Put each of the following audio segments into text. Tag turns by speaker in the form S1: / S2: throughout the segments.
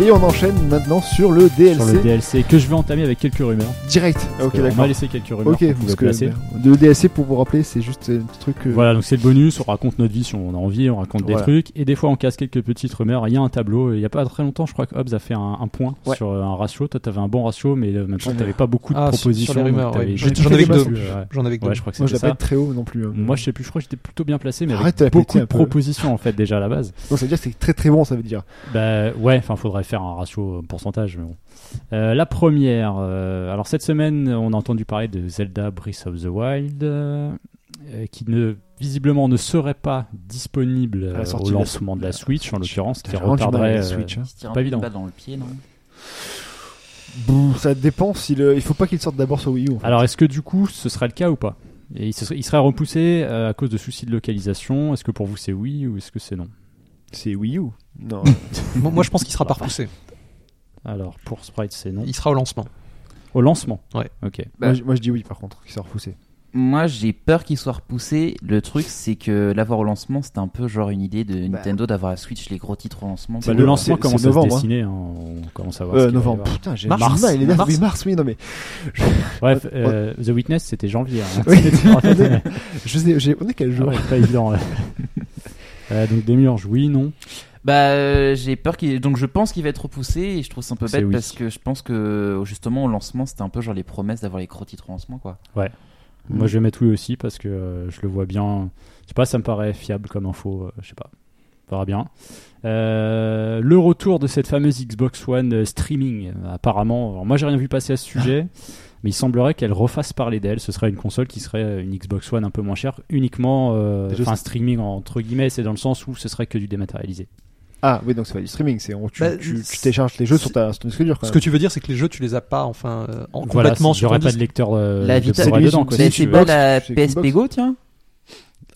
S1: Et on enchaîne maintenant sur le DLC.
S2: sur le DLC que je vais entamer avec quelques rumeurs.
S1: Direct. Ah, Ok,
S2: Euh, on
S1: d'accord.
S2: m'a laissé quelques rumeurs.
S1: Ok,
S2: qu'on pouvait
S1: parce que
S2: placer.
S1: le DLC, pour vous rappeler, c'est juste un petit truc. euh,
S2: Voilà, donc c'est le bonus, on raconte notre vie si on a envie, on raconte
S1: Voilà.
S2: des trucs, et des fois on casse quelques petites rumeurs. Il y a un tableau, et il y a pas très longtemps, je crois que Hobbs a fait un, un point
S1: Ouais.
S2: sur euh, un ratio. Toi, t'avais un bon ratio, mais euh, maintenant
S1: J'en ai-
S2: t'avais pas beaucoup de
S3: Ah, sur- sur
S2: propositions.
S3: les
S2: donc
S3: rumeurs,
S2: t'avais-
S3: ouais.
S2: j'avais
S1: J'en
S2: pas
S1: avais que
S2: beaucoup,
S3: deux.
S2: euh,
S3: J'en avais que
S2: Ouais,
S3: deux.
S2: je crois que
S1: Moi, je
S2: c'était
S1: vais pas
S2: ça.
S1: être très haut non plus. hein.
S2: Moi, je sais plus, je crois que j'étais plutôt bien placé, mais
S1: Arrête,
S2: avec
S1: t'as pété
S2: beaucoup
S1: un
S2: de
S1: peu.
S2: propositions en fait déjà à la base.
S1: Non, ça veut dire que c'est très très bon, ça veut dire.
S2: Bah ouais, enfin faudrait faire un ratio euh, pourcentage, mais bon. Euh, la première, euh, alors cette semaine on a entendu parler de Zelda Breath of the Wild, euh, euh, qui ne visiblement ne serait pas disponible
S1: À la
S2: euh,
S1: sortie
S2: au
S1: de la-
S2: lancement de la Switch en l'occurrence, qui
S1: J'ai vraiment du mal avec
S2: retarderait.
S1: la
S2: euh,
S1: Switch. hein.
S4: Il se tire un
S2: Pas
S4: peu
S2: évident.
S4: une balle dans le pied, non
S1: Bouh, ça dépend. Si le... Il faut pas qu'il sorte d'abord sur Wii U. en fait.
S2: Alors est-ce que du coup ce serait le cas ou pas Et il, se serait- il serait repoussé euh, à cause de soucis de localisation. Est-ce que pour vous c'est oui ou est-ce que c'est non
S1: C'est Wii U. Non.
S3: Moi, moi, je pense qu'il sera pas repoussé.
S2: Alors pour Sprite c'est non.
S3: Il sera au lancement.
S2: Au lancement.
S3: Ouais.
S2: Ok.
S3: Bah.
S1: moi, je, moi, je dis oui, par contre, qu'il sort repoussé.
S4: Moi, j'ai peur qu'il soit repoussé. Le truc, c'est que l'avoir au lancement, c'était un peu genre une idée de
S1: Bah.
S4: Nintendo d'avoir la Switch, les gros titres au lancement.
S1: C'est
S2: Bah,
S4: Bah,
S2: le
S1: no-
S2: lancement
S1: c'est-
S2: commence
S1: c'est
S2: à
S1: novembre,
S2: se
S1: hein.
S2: dessiner. hein. On commence à voir. ce
S1: Euh,
S2: qu'il va y
S1: novembre.
S2: avoir.
S1: Putain, j'ai
S3: Mars.
S1: mars. il est bien.
S3: Mars.
S1: Oui, mars, oui, non mais.
S2: Bref, euh, The Witness, c'était janvier. hein.
S1: Oui.
S2: C'était- en fait, euh,
S1: Je sais, j'ai- on est quel
S2: ah
S1: jour
S2: ouais, pas évident. là. Euh, donc Demiurge, oui, non.
S4: euh, j'ai peur qu'il. Donc, je pense qu'il va être repoussé et je trouve ça un peu
S2: C'est
S4: bête
S2: oui.
S4: parce que je pense que justement, au lancement, c'était un peu genre les promesses d'avoir les gros titres au lancement, quoi.
S2: Moi, je vais mettre oui aussi parce que euh, je le vois bien. Je sais pas, ça me paraît fiable comme info. euh, je sais pas. On verra bien. Euh, le retour de cette fameuse Xbox One euh, streaming. Apparemment, alors moi, j'ai rien vu passer à ce sujet. Mais il semblerait qu'elle refasse parler d'elle. Ce serait une console qui serait euh, une Xbox One un peu moins chère, uniquement, euh,
S1: Juste-
S2: enfin streaming entre guillemets. C'est dans le sens où ce serait que du dématérialisé.
S1: Ah oui, donc c'est pas du streaming, c'est on- tu,
S3: Bah,
S1: tu- tu
S3: c'est-
S1: télécharges les jeux sur, ta, sur ton disque dur. Quand
S3: Ce
S1: même.
S3: que tu veux dire, c'est que les jeux, tu les as pas enfin euh, en-
S2: Voilà,
S3: complètement sur
S2: j'aurais
S3: ton
S2: pas de
S3: disque.
S2: lecteur euh,
S4: La
S2: de
S4: Vita-
S2: Blu-ray
S1: c'est
S2: dedans.
S1: lui, c'est-
S2: quoi, si
S4: Mais
S2: tu
S4: c'est
S2: veux.
S4: pas
S1: Xbox,
S4: la
S1: c'est
S4: PSP
S1: Xbox.
S4: Go, tiens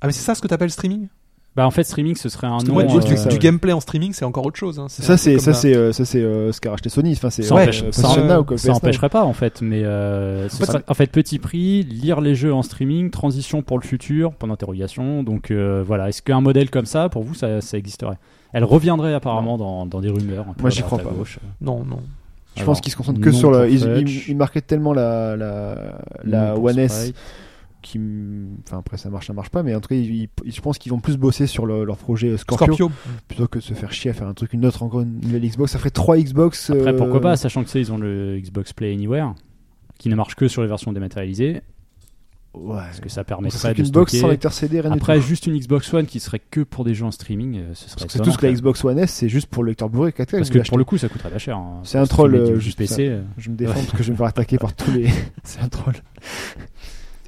S3: Ah, mais c'est ça ce que t'appelles streaming
S2: Bah en fait, streaming, ce serait un
S3: Parce que
S2: nom.
S3: moi,
S1: Ouais,
S3: du,
S1: juste
S3: du-
S1: ça,
S3: du
S1: ouais.
S3: gameplay en streaming, c'est encore autre chose. hein.
S1: euh, Ça c'est
S3: comme
S1: ça
S3: la-
S1: c'est euh, ça c'est euh, ce qu'a racheté Sony. Enfin c'est
S2: Ça
S1: ouais,
S2: empêche-
S1: euh,
S2: ça
S1: PlayStation
S3: empêche-
S1: Now, quoi,
S2: ça
S1: PS Now.
S2: empêcherait pas en fait, mais euh, ce
S3: Pas de-
S2: serait- en fait petit prix, lire les jeux en streaming, transition pour le futur, point d'interrogation. Donc euh, voilà, est-ce qu'un modèle comme ça, pour vous, ça, ça existerait Elle reviendrait apparemment dans, dans des rumeurs. un peu
S1: Moi, j'y
S2: à droite,
S1: crois
S2: à
S1: pas.
S2: gauche. Euh,
S3: Non, non.
S1: Je
S2: Alors,
S1: pense qu'ils se concentrent que
S2: non
S1: sur le
S2: pour
S1: ils,
S2: Fetch,
S1: ils- ils marketent tellement la la, la
S2: non pour
S1: One S
S2: Sprite.
S1: qui m- enfin après ça marche ça marche pas mais en tout cas ils- ils- je pense qu'ils vont plus bosser sur le- leur projet euh, Scorpio,
S3: Scorpio.
S1: plutôt que de se faire chier à faire un truc une autre encore une nouvelle Xbox ça ferait 3 Xbox euh,
S2: Après, pourquoi pas, sachant que c'est, ils ont le Xbox Play Anywhere, qui ne marche que sur les versions dématérialisées,
S1: ouais
S2: parce que ça
S1: Donc, ça
S2: permettrait
S1: serait
S2: de
S1: une box sans
S2: stocker.
S1: lecteur CD rien du tout
S2: Après, juste une Xbox One qui serait que pour des jeux en streaming, euh, ce serait
S1: parce que c'est
S2: étonnant,
S1: tout ce que la
S2: quoi.
S1: Xbox One S c'est juste pour le lecteur Blu-ray 4K
S2: Parce
S1: vous
S2: que
S1: l'achetez.
S2: pour le coup, ça coûterait pas cher. hein.
S1: C'est un
S2: Pour
S1: troll,
S2: streamer du-
S1: euh,
S2: du
S1: juste
S2: PC. euh,
S1: je me défends parce que je vais me faire attaquer par tous les c'est un troll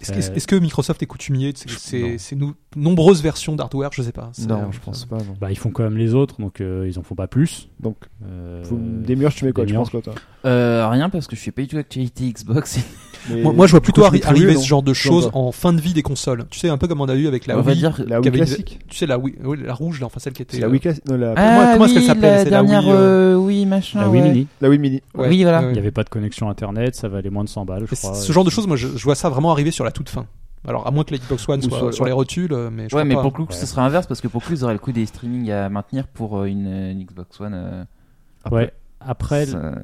S3: Est-ce que, est-ce-
S2: Euh,
S3: est-ce que Microsoft est coutumier de ces,
S2: je-
S3: ces-
S2: non.
S3: ces nou- nombreuses versions d'hardware Je sais pas. C'est- euh,
S1: non je pense pas non.
S2: Bah, ils font comme les autres, donc euh, ils en font pas plus.
S1: donc
S2: Euh,
S1: Faut me- Des murs, tu mets quoi Je
S2: Demiurge.
S1: pense quoi, toi
S4: Euh, rien parce que je suis pas du tout actualité Xbox.
S1: Mais-
S3: Moi, moi, je vois plutôt
S1: tu
S3: arri-
S1: contribues,
S3: arriver
S1: non
S3: ce genre de choses
S1: pas.
S3: en fin de vie des consoles. Tu sais, un peu comme on a eu avec la
S4: On
S3: Wii.
S4: va dire.
S1: La Wii
S3: qu'avec-
S1: classique Hein
S3: Tu sais, la Wii, oui, la rouge, là, enfin celle qui était.
S1: C'est la
S3: euh,
S1: Wii classique Non, la...
S3: Comment-
S4: Ah
S3: comment est-ce
S4: oui,
S3: qu'elle s'appelle,
S4: la
S3: c'est la Wii,
S4: dernière euh, Wii machin.
S3: Ah
S2: La Wii
S4: ouais.
S2: Mini.
S1: la Wii Mini.
S3: euh, ouais,
S4: Oui, voilà.
S3: ouais.
S2: Il n'y avait pas de connexion internet, ça valait moins de 100 balles, je
S3: Mais
S2: crois.
S3: Ce genre de choses, moi, je, je vois ça vraiment arriver sur la toute fin. Alors, à moins que la Xbox One
S1: Ou
S3: soit
S1: sur-
S3: sur les rotules, euh, mais je
S4: ouais,
S3: crois
S4: mais
S3: pas.
S4: pour le coup,
S2: Ouais.
S4: ce serait inverse parce que pour le coup, ils auraient le coût des streamings à maintenir pour euh, une, euh, une Xbox One. euh,
S2: Ah, Ouais. Après,
S4: ça-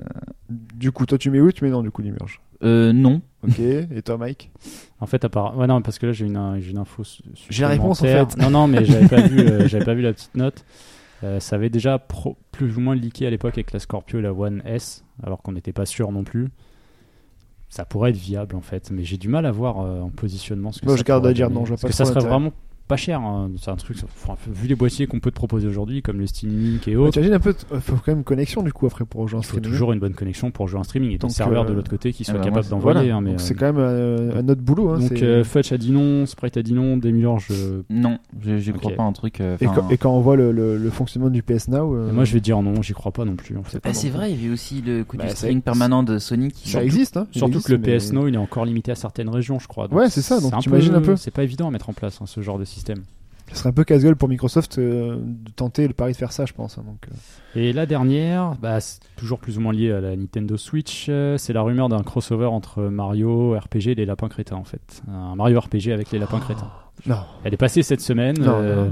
S1: Du coup, toi, tu mets oui, tu mets non, du coup, Limurge.
S4: Euh, non.
S1: Ok, et toi, Mike
S2: en fait, à part. Ouais, non, parce que là, j'ai une, j'ai une info. su-
S1: J'ai la réponse, en
S2: supplémentaire.
S1: fait.
S2: Non, non, mais j'avais pas, vu, euh, j'avais pas vu la petite note. Euh, ça avait déjà pro- plus ou moins leaké à l'époque avec la Scorpio et la One S, alors qu'on n'était pas sûr non plus. Ça pourrait être viable en fait, mais j'ai du mal à voir euh, en positionnement ce que
S1: Moi,
S2: ça
S1: je garde à
S2: pourrait
S1: dire
S2: donner.
S1: non, je vois
S2: Parce
S1: pas
S2: que ça
S1: trop
S2: serait
S1: l'intérêt.
S2: vraiment pas cher. hein. C'est un truc, ça- enfin, vu les boîtiers qu'on peut te proposer aujourd'hui, comme le Steam Link et autres.
S1: Tu imagines un peu, t- euh, faut quand même une connexion du coup après pour rejoindre
S2: Il faut
S1: streaming.
S2: toujours une bonne connexion pour jouer en streaming et des
S1: Donc,
S2: serveurs
S1: euh,
S2: de l'autre côté qui soient
S4: eh ben,
S2: capables
S4: moi,
S2: d'envoyer. hein, mais,
S1: Donc,
S2: euh,
S1: c'est quand même euh, un autre boulot. Hein,
S2: donc
S1: c'est-
S2: euh, Fudge a dit non, Sprite a dit non, Demiurge. euh,
S4: Non, je, je crois
S2: Ok.
S4: pas à un truc. euh,
S1: et,
S4: enfin,
S1: quand, et quand on voit le, le- le fonctionnement du PS Now, euh,
S2: et Moi je vais dire non, j'y crois pas non plus. en fait.
S4: bah, c'est vrai, il y avait aussi le coût
S1: Bah,
S4: du
S1: c'est-
S4: streaming permanent de Sony qui.
S1: ça existe. Hein, il
S2: Surtout
S1: existe,
S2: que le
S1: mais-
S2: PS Now il est encore limité à certaines régions, je crois.
S1: Ouais, c'est ça, donc
S2: peu-
S1: t'imagines un peu.
S2: C'est pas évident à mettre en place hein, ce genre de système.
S1: Ce serait un peu casse-gueule pour Microsoft euh, de tenter le pari de faire ça, je pense. hein, donc, euh.
S2: Et la dernière, bah, c'est toujours plus ou moins liée à la Nintendo Switch, euh, c'est la rumeur d'un crossover entre Mario RPG et les lapins crétins en fait. Un Mario RPG avec les lapins crétins.
S1: Non.
S2: Elle est passée cette semaine.
S1: Non,
S2: euh,
S1: non,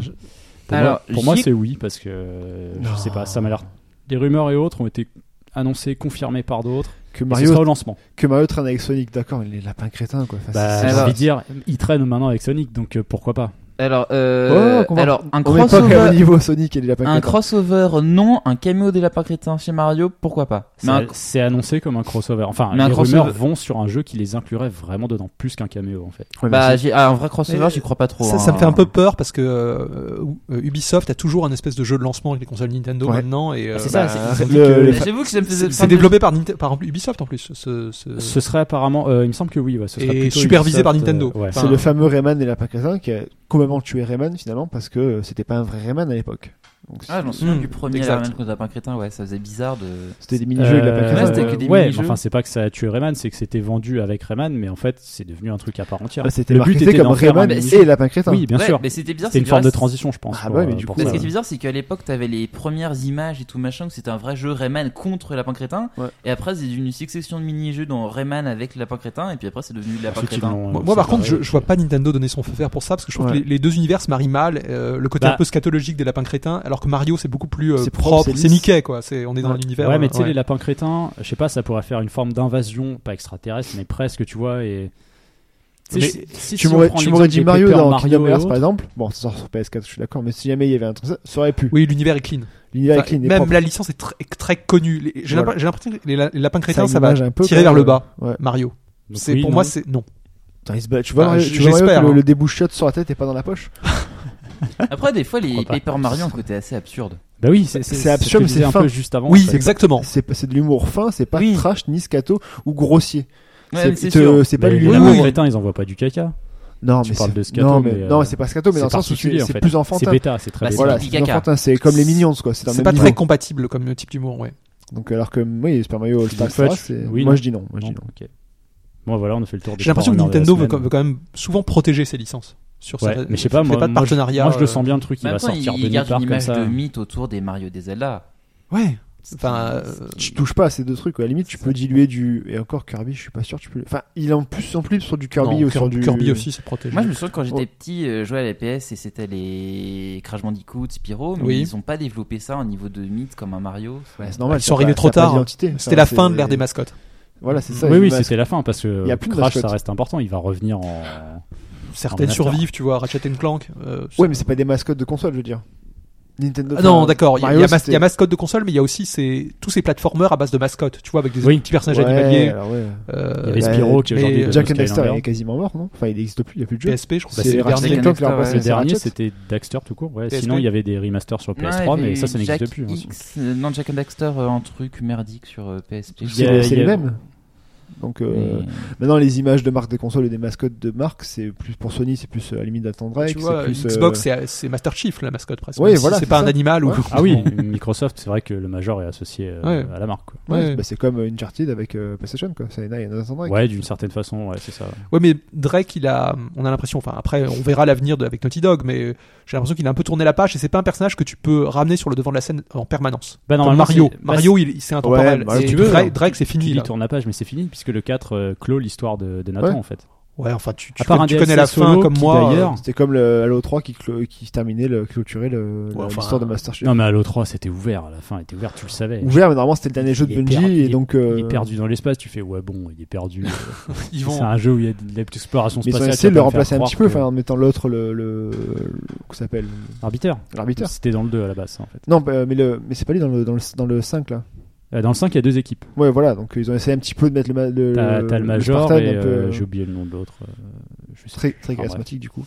S2: Pour
S4: Alors,
S2: moi, pour moi,
S4: j'y ai-
S2: c'est oui parce que euh, je sais pas, ça m'a l'air des rumeurs et autres ont été annoncées, confirmées par d'autres.
S1: Que
S2: Et ce sera au
S1: Mario,
S2: lancement.
S1: que Mario traîne avec Sonic, d'accord, mais les lapins crétins, quoi. Enfin,
S2: Bah,
S1: Ah, c'est-
S2: j'ai
S1: c'est-
S4: alors-
S2: envie de dire, ils traînent maintenant avec Sonic, donc euh, pourquoi pas
S4: Alors, euh,
S1: Oh, comment-
S4: alors un
S1: on met pas au même
S4: crossover,
S1: niveau Sonic et les lapins
S4: un
S1: crétins.
S4: crossover non, un caméo des lapins crétins chez Mario, pourquoi pas
S2: C'est
S4: Mais un-
S2: c'est annoncé comme un crossover. Enfin,
S4: Mais un
S2: les
S4: crossover-
S2: rumeurs vont sur un jeu qui les inclurait vraiment dedans, plus qu'un caméo en fait.
S1: Ouais,
S4: bah,
S1: merci.
S4: j'ai- ah, un vrai crossover,
S3: Mais-
S4: j'y crois pas trop.
S3: Ça,
S4: hein.
S3: ça me fait un peu peur parce que euh, euh, Ubisoft a toujours un espèce de jeu de lancement avec les consoles Nintendo
S1: Ouais.
S3: maintenant et euh,
S4: c'est ça,
S3: bah,
S4: c'est-
S3: ils ont dit
S1: le-
S3: que-
S1: le-
S4: J'avoue que ça me faisait.
S3: c'est c'est développé par, Ninte- par Ubisoft en plus. ce- ce-
S2: Ce serait apparemment, euh, il me semble que oui, ouais, ce serait
S3: et
S2: plutôt
S3: supervisé
S2: Ubisoft,
S3: par
S2: euh,
S3: Nintendo.
S2: ouais.
S1: C'est
S3: Enfin,
S1: le fameux Rayman et les lapins crétins qui a complètement tué Rayman finalement parce que euh, c'était pas un vrai Rayman à l'époque. Donc,
S4: Ah, je m'en souviens
S3: Hmm,
S4: du premier
S3: exact.
S4: Rayman contre lapin crétin, ouais, ça faisait bizarre de.
S1: C'était des mini-jeux et les lapins
S2: Euh,
S1: crétins.
S4: Ouais, c'était que des
S2: ouais,
S4: mini-jeux.
S2: enfin c'est pas que ça a tué Rayman, c'est que c'était vendu avec Rayman, mais en fait c'est devenu un truc à part entière.
S1: Ah, C'était
S2: le but
S1: marketé
S2: était
S1: comme
S2: d'en faire un
S1: Rayman
S4: mini-jeu.
S1: et lapin crétin.
S2: Oui, bien
S4: Ouais,
S2: sûr.
S4: Mais c'était bizarre.
S2: C'était
S4: c'est
S2: une
S4: que
S2: forme
S4: le
S2: de
S4: reste-
S2: transition, je pense.
S1: Ah
S2: pour,
S1: ouais, mais
S2: euh,
S1: du
S2: pour
S1: coup,
S4: Mais
S2: ça.
S4: ce qui était bizarre, c'est qu'à l'époque, t'avais les premières images et tout machin, que c'était un vrai jeu Rayman contre Lapin Crétin.
S1: Ouais.
S4: Et après, c'est devenu une succession de mini-jeux dans Rayman avec Lapin Crétin. Et puis après, c'est devenu Lapin
S2: Ceux qui
S4: Crétin.
S2: l'ont, euh,
S3: moi, moi, par
S2: séparé.
S3: contre, je, je vois pas Nintendo donner son feu vert pour ça parce que je trouve
S1: Ouais.
S3: que les, les deux univers se marient mal. euh, le côté
S2: Bah.
S3: un peu scatologique des lapins crétins, alors que Mario c'est beaucoup plus euh,
S1: C'est propre,
S3: propre,
S1: c'est
S3: c'est
S1: lisse.
S3: Mickey quoi. C'est on est dans
S1: Ouais.
S3: l'univers.
S2: Ouais,
S3: euh,
S2: mais tu sais, les lapins crétins, je sais pas, ça pourrait faire une forme d'invasion, pas extraterrestre, mais presque, tu vois. Et... Tu
S1: Mais
S2: sais, si- si- si
S1: Tu
S2: on
S1: m'aurais
S2: prend
S1: tu
S2: l'exemple
S1: m'aurais dit
S2: des
S1: Mario
S2: Paper
S1: dans
S2: Mario
S1: Kingdom
S2: et
S1: Hearts
S2: autres,
S1: par exemple. Bon, ça sort sur PS4, je suis d'accord, mais si jamais il y avait un truc comme ça, ça aurait pu.
S3: Oui, l'univers est clean.
S1: L'univers est
S3: Enfin,
S1: clean, il est
S3: même
S1: propre.
S3: la licence est très, très connue. Les- J'ai
S1: Voilà.
S3: l'impression- j'ai l'impression que les, la- les lapins
S1: a
S3: crétins,
S1: une
S3: ça, va
S1: image un peu comme,
S3: tirer vers le
S1: euh,
S3: bas.
S1: ouais.
S3: Mario,
S2: donc
S3: c'est
S2: oui,
S3: pour
S2: non.
S3: moi c'est non.
S1: Putain, il se bat. Tu vois,
S3: Bah,
S1: Mario-
S3: j-
S1: tu vois Mario
S3: j'espère,
S1: que le,
S3: hein.
S1: le début shot sur la tête et pas dans la poche.
S4: Après, des fois, les
S2: Pourquoi pas.
S4: Paper Mario ont un côté assez absurde.
S2: Bah oui, c'est
S1: C'est
S2: ce que
S1: absurde,
S2: je disais
S1: c'est
S2: un peu
S1: fin.
S2: juste avant.
S3: Oui,
S2: en fait.
S3: exactement.
S1: C'est pas- c'est de l'humour fin, c'est pas
S4: Oui.
S1: trash ni scato ou grossier.
S4: Ouais, mais c'est
S1: te-
S4: sûr.
S1: c'est pas
S2: Mais
S1: de
S2: les
S1: l'humour.
S2: lapins
S3: Oui.
S2: crétins, ils envoient pas du caca.
S1: Non,
S2: Tu
S1: mais
S2: parles
S1: c'est-
S2: de scato,
S1: non, mais,
S2: mais, euh,
S1: non, mais c'est pas scato, mais
S2: C'est
S1: dans le sens où
S2: particulier,
S1: c'est
S2: en
S1: c'est
S2: fait.
S1: plus
S2: C'est
S1: enfantin.
S2: bêta, c'est très
S4: Bah,
S2: bêta.
S4: c'est
S1: Voilà,
S4: du
S1: c'est
S4: caca.
S1: plus enfantin, c'est comme les Minions quoi, c'est dans le
S3: C'est
S1: même
S3: pas
S1: niveau.
S3: très compatible comme type d'humour, ouais.
S1: Donc alors que oui, Super Mario All Star,
S2: Du fudge.
S1: c'est-
S2: Oui,
S1: moi
S2: non.
S1: je dis non, moi je dis
S2: Non,
S1: non.
S2: ok. Bon, voilà, on a fait le tour des
S3: J'ai l'impression que
S2: sports
S3: Nintendo veut
S2: nerds de
S3: quand
S2: la
S3: veut quand même souvent protéger ses licences. Sur
S2: semaine.
S3: sa-
S2: Ouais, mais je sais pas,
S3: fait
S2: moi,
S3: de
S2: moi, je-
S3: partenariat.
S2: moi, je le
S3: euh,
S2: sens bien le truc, il
S4: Mais
S2: va
S4: attends,
S2: sortir
S4: Bah,
S2: de
S4: il il
S2: nulle
S4: garde
S2: part
S4: une
S2: comme
S4: image
S2: ça.
S4: de mythe autour des Mario des Zelda.
S3: Ouais. Enfin, euh,
S1: Tu touches pas à ces deux trucs, quoi. à la limite tu peux diluer du et encore Kirby, je suis pas sûr tu peux. Enfin, il est en plus en plus sur du Kirby
S3: non,
S1: ou sur du
S3: Kirby aussi, c'est protégé.
S4: Moi, je me souviens quand j'étais
S3: Oh.
S1: Ouais.
S4: petit, euh, je jouais à la PS et c'était les Crash Bandicoot, Spyro, mais
S3: Oui.
S4: ils ont pas développé ça au niveau de mythe comme un Mario.
S1: Ouais, c'est normal.
S3: Ils
S1: c'est
S3: sont
S1: pas-
S3: arrivés
S1: c'est
S3: trop
S1: pas
S3: tard.
S1: d'identité.
S3: C'était
S1: Enfin,
S3: la
S1: c'est-
S3: fin de l'ère des mascottes.
S1: Voilà, c'est ça.
S2: Oui,
S1: une
S2: oui,
S1: masque.
S2: c'était la fin parce que
S1: Il y a plus de
S2: Crash, ça
S1: mascotte.
S2: reste important. Il va revenir en.
S3: Certaines
S2: ordinateur.
S3: survivent, tu vois, Ratchet Clank. euh,
S1: Ouais, mais c'est pas des mascottes de console, je veux dire. Nintendo.
S3: Ah non,
S1: enfin,
S3: d'accord. Il y, a- il y
S1: Mario,
S3: a mas-
S1: c'était-
S3: il y a mascotte de console, mais il y a aussi ces, tous ces plateformeurs à base de mascottes, tu vois, avec des
S2: Oui.
S3: petits personnages
S1: ouais,
S3: animaliers.
S1: alors ouais.
S3: euh,
S2: Il y avait
S1: bah,
S2: Spyro qui
S3: mais
S2: aujourd'hui. est devenu
S1: Jack hein. and
S2: Skylander.
S1: Dexter il est quasiment mort, non Enfin, il n'existe plus, il n'y a plus de jeu.
S3: PSP, je crois.
S2: Bah,
S3: que
S2: c'est
S3: c'est le
S1: Ratchet
S3: dernier.
S1: and Clank, leur
S4: Dexter,
S1: passé,
S4: ouais.
S2: Le
S1: c'est
S2: dernier,
S1: Ratchet.
S2: c'était Daxter tout court. Ouais.
S3: PSP.
S2: Sinon, il y avait des remasters sur PS3, mais ça, ça n'existe plus. hein.
S4: non, Jack and Daxter, euh, un truc merdique sur euh, PSP.
S2: Il y
S1: C'est
S2: a-
S1: c'est
S2: il y
S1: les
S2: a-
S1: mêmes. Donc euh,
S4: Mais-
S1: maintenant, les images de marques des consoles et des mascottes de marques, c'est plus pour Sony, c'est plus euh, à la limite d'Alton Drake.
S3: Tu vois,
S1: c'est plus, euh,
S3: Xbox, c'est- c'est Master Chief, la mascotte presque.
S1: Ouais,
S3: Même si
S1: voilà,
S3: c'est
S1: c'est
S3: pas un
S1: ça.
S3: animal ou.
S1: Ouais.
S2: Ah oui, Microsoft, c'est vrai que le Major est associé euh,
S3: Ouais.
S2: à la marque. quoi.
S1: ouais,
S3: Ouais.
S1: bah, c'est comme euh, Uncharted avec euh, PlayStation, quoi. C'est Nine Alton Drake.
S2: Ouais, d'une certaine façon, ouais, c'est ça.
S3: Ouais, mais Drake, il a, on a l'impression, enfin après, on verra l'avenir de- avec Naughty Dog, mais euh, j'ai l'impression qu'il a un peu tourné la page et c'est pas un personnage que tu peux ramener sur le devant de la scène en permanence.
S2: Bah,
S3: Comme
S2: normalement,
S3: Mario,
S2: c'est- bah,
S3: Mario, il, il- c'est intemporel.
S1: Ouais, bah,
S3: Et
S1: tu veux,
S3: Drake,
S1: hein.
S3: Drake, c'est
S2: Tu
S3: fini.
S2: dis
S3: Là.
S2: tourne la page, mais c'est fini puisque le 4 euh, clôt l'histoire de, de Nathan
S1: Ouais.
S2: en fait.
S3: Ouais, enfin, tu, tu,
S2: À part un
S3: tu
S2: DLC
S3: connais la fin
S2: solo
S3: comme
S2: qui,
S3: moi.
S2: d'ailleurs-
S1: C'était comme le Halo 3 qui, clo- qui terminait, le, clôturait le-
S3: Ouais,
S1: la-
S3: enfin,
S1: l'histoire de Master Chief.
S2: Non, mais Halo 3, c'était ouvert à la fin, était ouvert, tu le savais.
S1: Ouvert, mais normalement c'était le dernier jeu de
S2: Il est
S1: Bungie
S2: perdu,
S1: et
S2: il est-
S1: donc. euh,
S2: Il est perdu dans l'espace, tu fais ouais, bon, il est perdu. euh,
S3: euh, ils
S2: c'est
S3: vont.
S2: un jeu où il y a de l'exploration
S1: Mais ils ont
S2: spatiale.
S1: essayé
S2: tu
S1: de le
S2: vas pas me
S1: remplacer
S2: faire
S1: un petit peu,
S2: croire
S1: enfin,
S2: que-
S1: en mettant l'autre, le. le, qu'on s'appelle
S2: Arbitre.
S1: L'arbitre.
S2: C'était dans le 2 à la base en fait.
S1: Non, bah, mais, le, mais c'est pas lui dans le, dans, le, dans le 5 là.
S2: Euh, Dans le 5, il y a deux équipes.
S1: Ouais, voilà, donc euh, ils ont essayé un petit peu de mettre le. ma- Euh, le
S2: T'as t'as le Major
S1: Spartan
S2: et
S1: un peu,
S2: euh,
S1: euh,
S2: j'ai oublié le nom de l'autre. euh, je sais
S1: Très, très
S2: Enfin,
S1: charismatique du coup.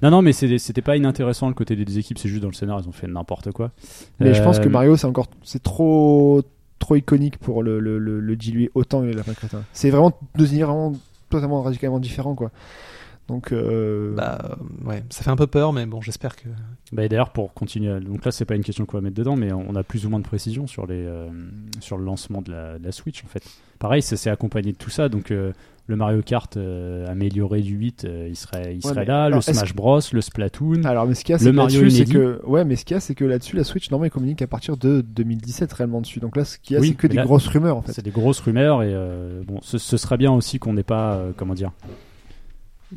S2: Non, non, mais c'est- c'était pas inintéressant le côté des deux équipes, c'est juste dans le scénar, ils ont fait n'importe quoi.
S1: Mais je
S2: Euh,
S1: pense que Mario, c'est encore, c'est trop, trop iconique pour le, le, le, le diluer autant que les lapins crétins. C'est vraiment deux univers vraiment totalement radicalement différents quoi. Donc euh,
S3: Bah, euh, ouais, ça fait un peu peur, mais bon, j'espère que.
S2: Bah, et D'ailleurs, pour continuer, donc là, c'est pas une question qu'on va mettre dedans, mais on a plus ou moins de précision sur, les, euh, sur le lancement de la, de la Switch en fait. Pareil, ça s'est accompagné de tout ça, donc euh, le Mario Kart euh, amélioré du 8, euh, il serait, il
S1: Ouais,
S2: serait
S1: mais
S2: là, le
S1: alors, est-ce
S2: Smash Bros, le Splatoon.
S1: alors mais ce qu'il y a, c'est
S2: le
S1: que
S2: Mario
S1: là-dessus, c'est
S2: inédit.
S1: que ouais, mais ce qu'il y a, c'est que là-dessus, la Switch normalement elle communique à partir de 2017 réellement dessus. Donc là, ce qu'il y a,
S2: Oui,
S1: c'est que
S2: mais
S1: des
S2: là-
S1: grosses rumeurs en fait.
S2: C'est des grosses rumeurs et euh, bon, ce, ce serait bien aussi qu'on n'ait pas, euh, comment dire,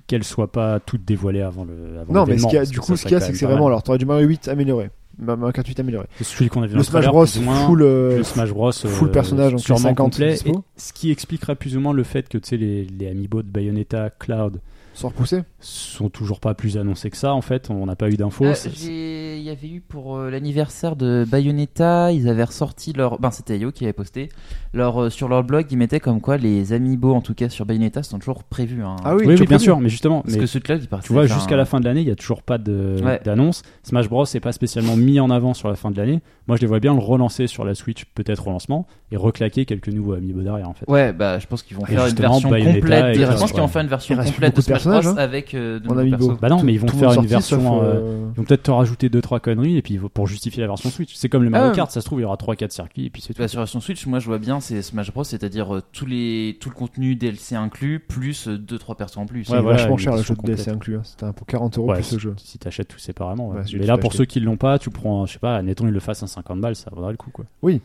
S2: qu'elles soient pas toutes dévoilées avant le. Avant
S1: Non, mais ce
S2: l'événement,
S1: qu'il y a,
S2: parce
S1: du
S2: que
S1: coup,
S2: ça
S1: ce qu'il y a,
S2: serait
S1: c'est que
S2: quand
S1: c'est
S2: même pas
S1: vraiment
S2: mal.
S1: alors t'aurais du Mario 8 amélioré, Bah, Mario Kart 8 amélioré.
S2: C'est celui qu'on a vu dans
S1: Le Smash
S2: trailer,
S1: Bros
S2: plus ou moins,
S1: full, euh,
S2: le Smash Bros
S1: full
S2: euh,
S1: personnage en plus,
S2: sûrement
S1: 50
S2: complet
S1: dispo.
S2: et ce qui expliquera plus ou moins le fait que tu sais les, les amiibo de Bayonetta Cloud
S1: sans repousser.
S2: sont toujours pas plus annoncés que ça en fait on n'a pas eu d'infos
S4: Euh,
S2: C'est-
S4: j'ai- Il y avait eu pour euh, l'anniversaire de Bayonetta, ils avaient ressorti leur. Ben, c'était Yo qui avait posté. Leur, euh, sur leur blog, ils mettaient comme quoi les amiibo, en tout cas sur Bayonetta, sont toujours prévus. hein.
S1: Ah oui,
S2: oui,
S1: tu
S2: oui, bien
S1: préviens.
S2: sûr mais justement
S4: Parce
S2: mais
S4: que ce club, il partait.
S2: tu vois
S4: faire
S2: jusqu'à
S4: un-
S2: la fin de l'année il y a toujours pas de-
S4: Ouais.
S2: d'annonce Smash Bros c'est pas spécialement mis en avant sur la fin de l'année moi je les vois bien le relancer sur la Switch peut-être au lancement et reclaquer quelques nouveaux amiibo derrière en fait
S4: Ouais, bah je pense qu'ils vont
S2: Et
S4: faire une
S2: justement,
S4: version
S2: Bayonetta
S4: complète.
S2: et
S4: Je
S2: Cloud,
S4: pense qu'ils vont
S2: ouais.
S4: faire une version
S1: Il reste
S4: complète de
S1: beaucoup de
S4: Smash Bros
S1: personnages, hein,
S4: avec euh, de
S1: en
S4: nouveaux
S1: amiibo.
S4: persos.
S2: bah non
S1: Tout-
S2: mais ils vont
S1: tout le
S2: faire
S1: monde
S2: une
S1: sorti, sauf,
S2: version euh,
S1: euh,
S2: Ils vont peut-être te rajouter 2-3 conneries et puis pour justifier la version Switch. C'est comme le
S4: Ah
S2: Mario
S4: ouais.
S2: Kart, ça se trouve, il y aura 3-4 circuits et puis c'est tout.
S4: Bah, sur la version Switch, moi je vois bien c'est Smash Bros, c'est-à-dire euh, tous les tout le contenu DLC inclus plus 2 trois persos en plus.
S1: C'est
S2: Ouais, voilà,
S1: vachement
S2: une
S1: cher le
S2: version
S1: jeu de DLC
S2: complète.
S1: inclus. hein. C'était un pour 40 euros
S2: Ouais,
S1: plus ce jeu.
S2: Si t'achètes tout séparément. ouais.
S1: Ouais, celui que
S2: mais
S1: tu
S2: là,
S1: peux
S2: pour
S1: acheter.
S2: ceux qui l'ont pas, tu prends, je sais pas, admettons, ils le fassent à 50 balles, ça vaudra le coup quoi.
S1: Oui.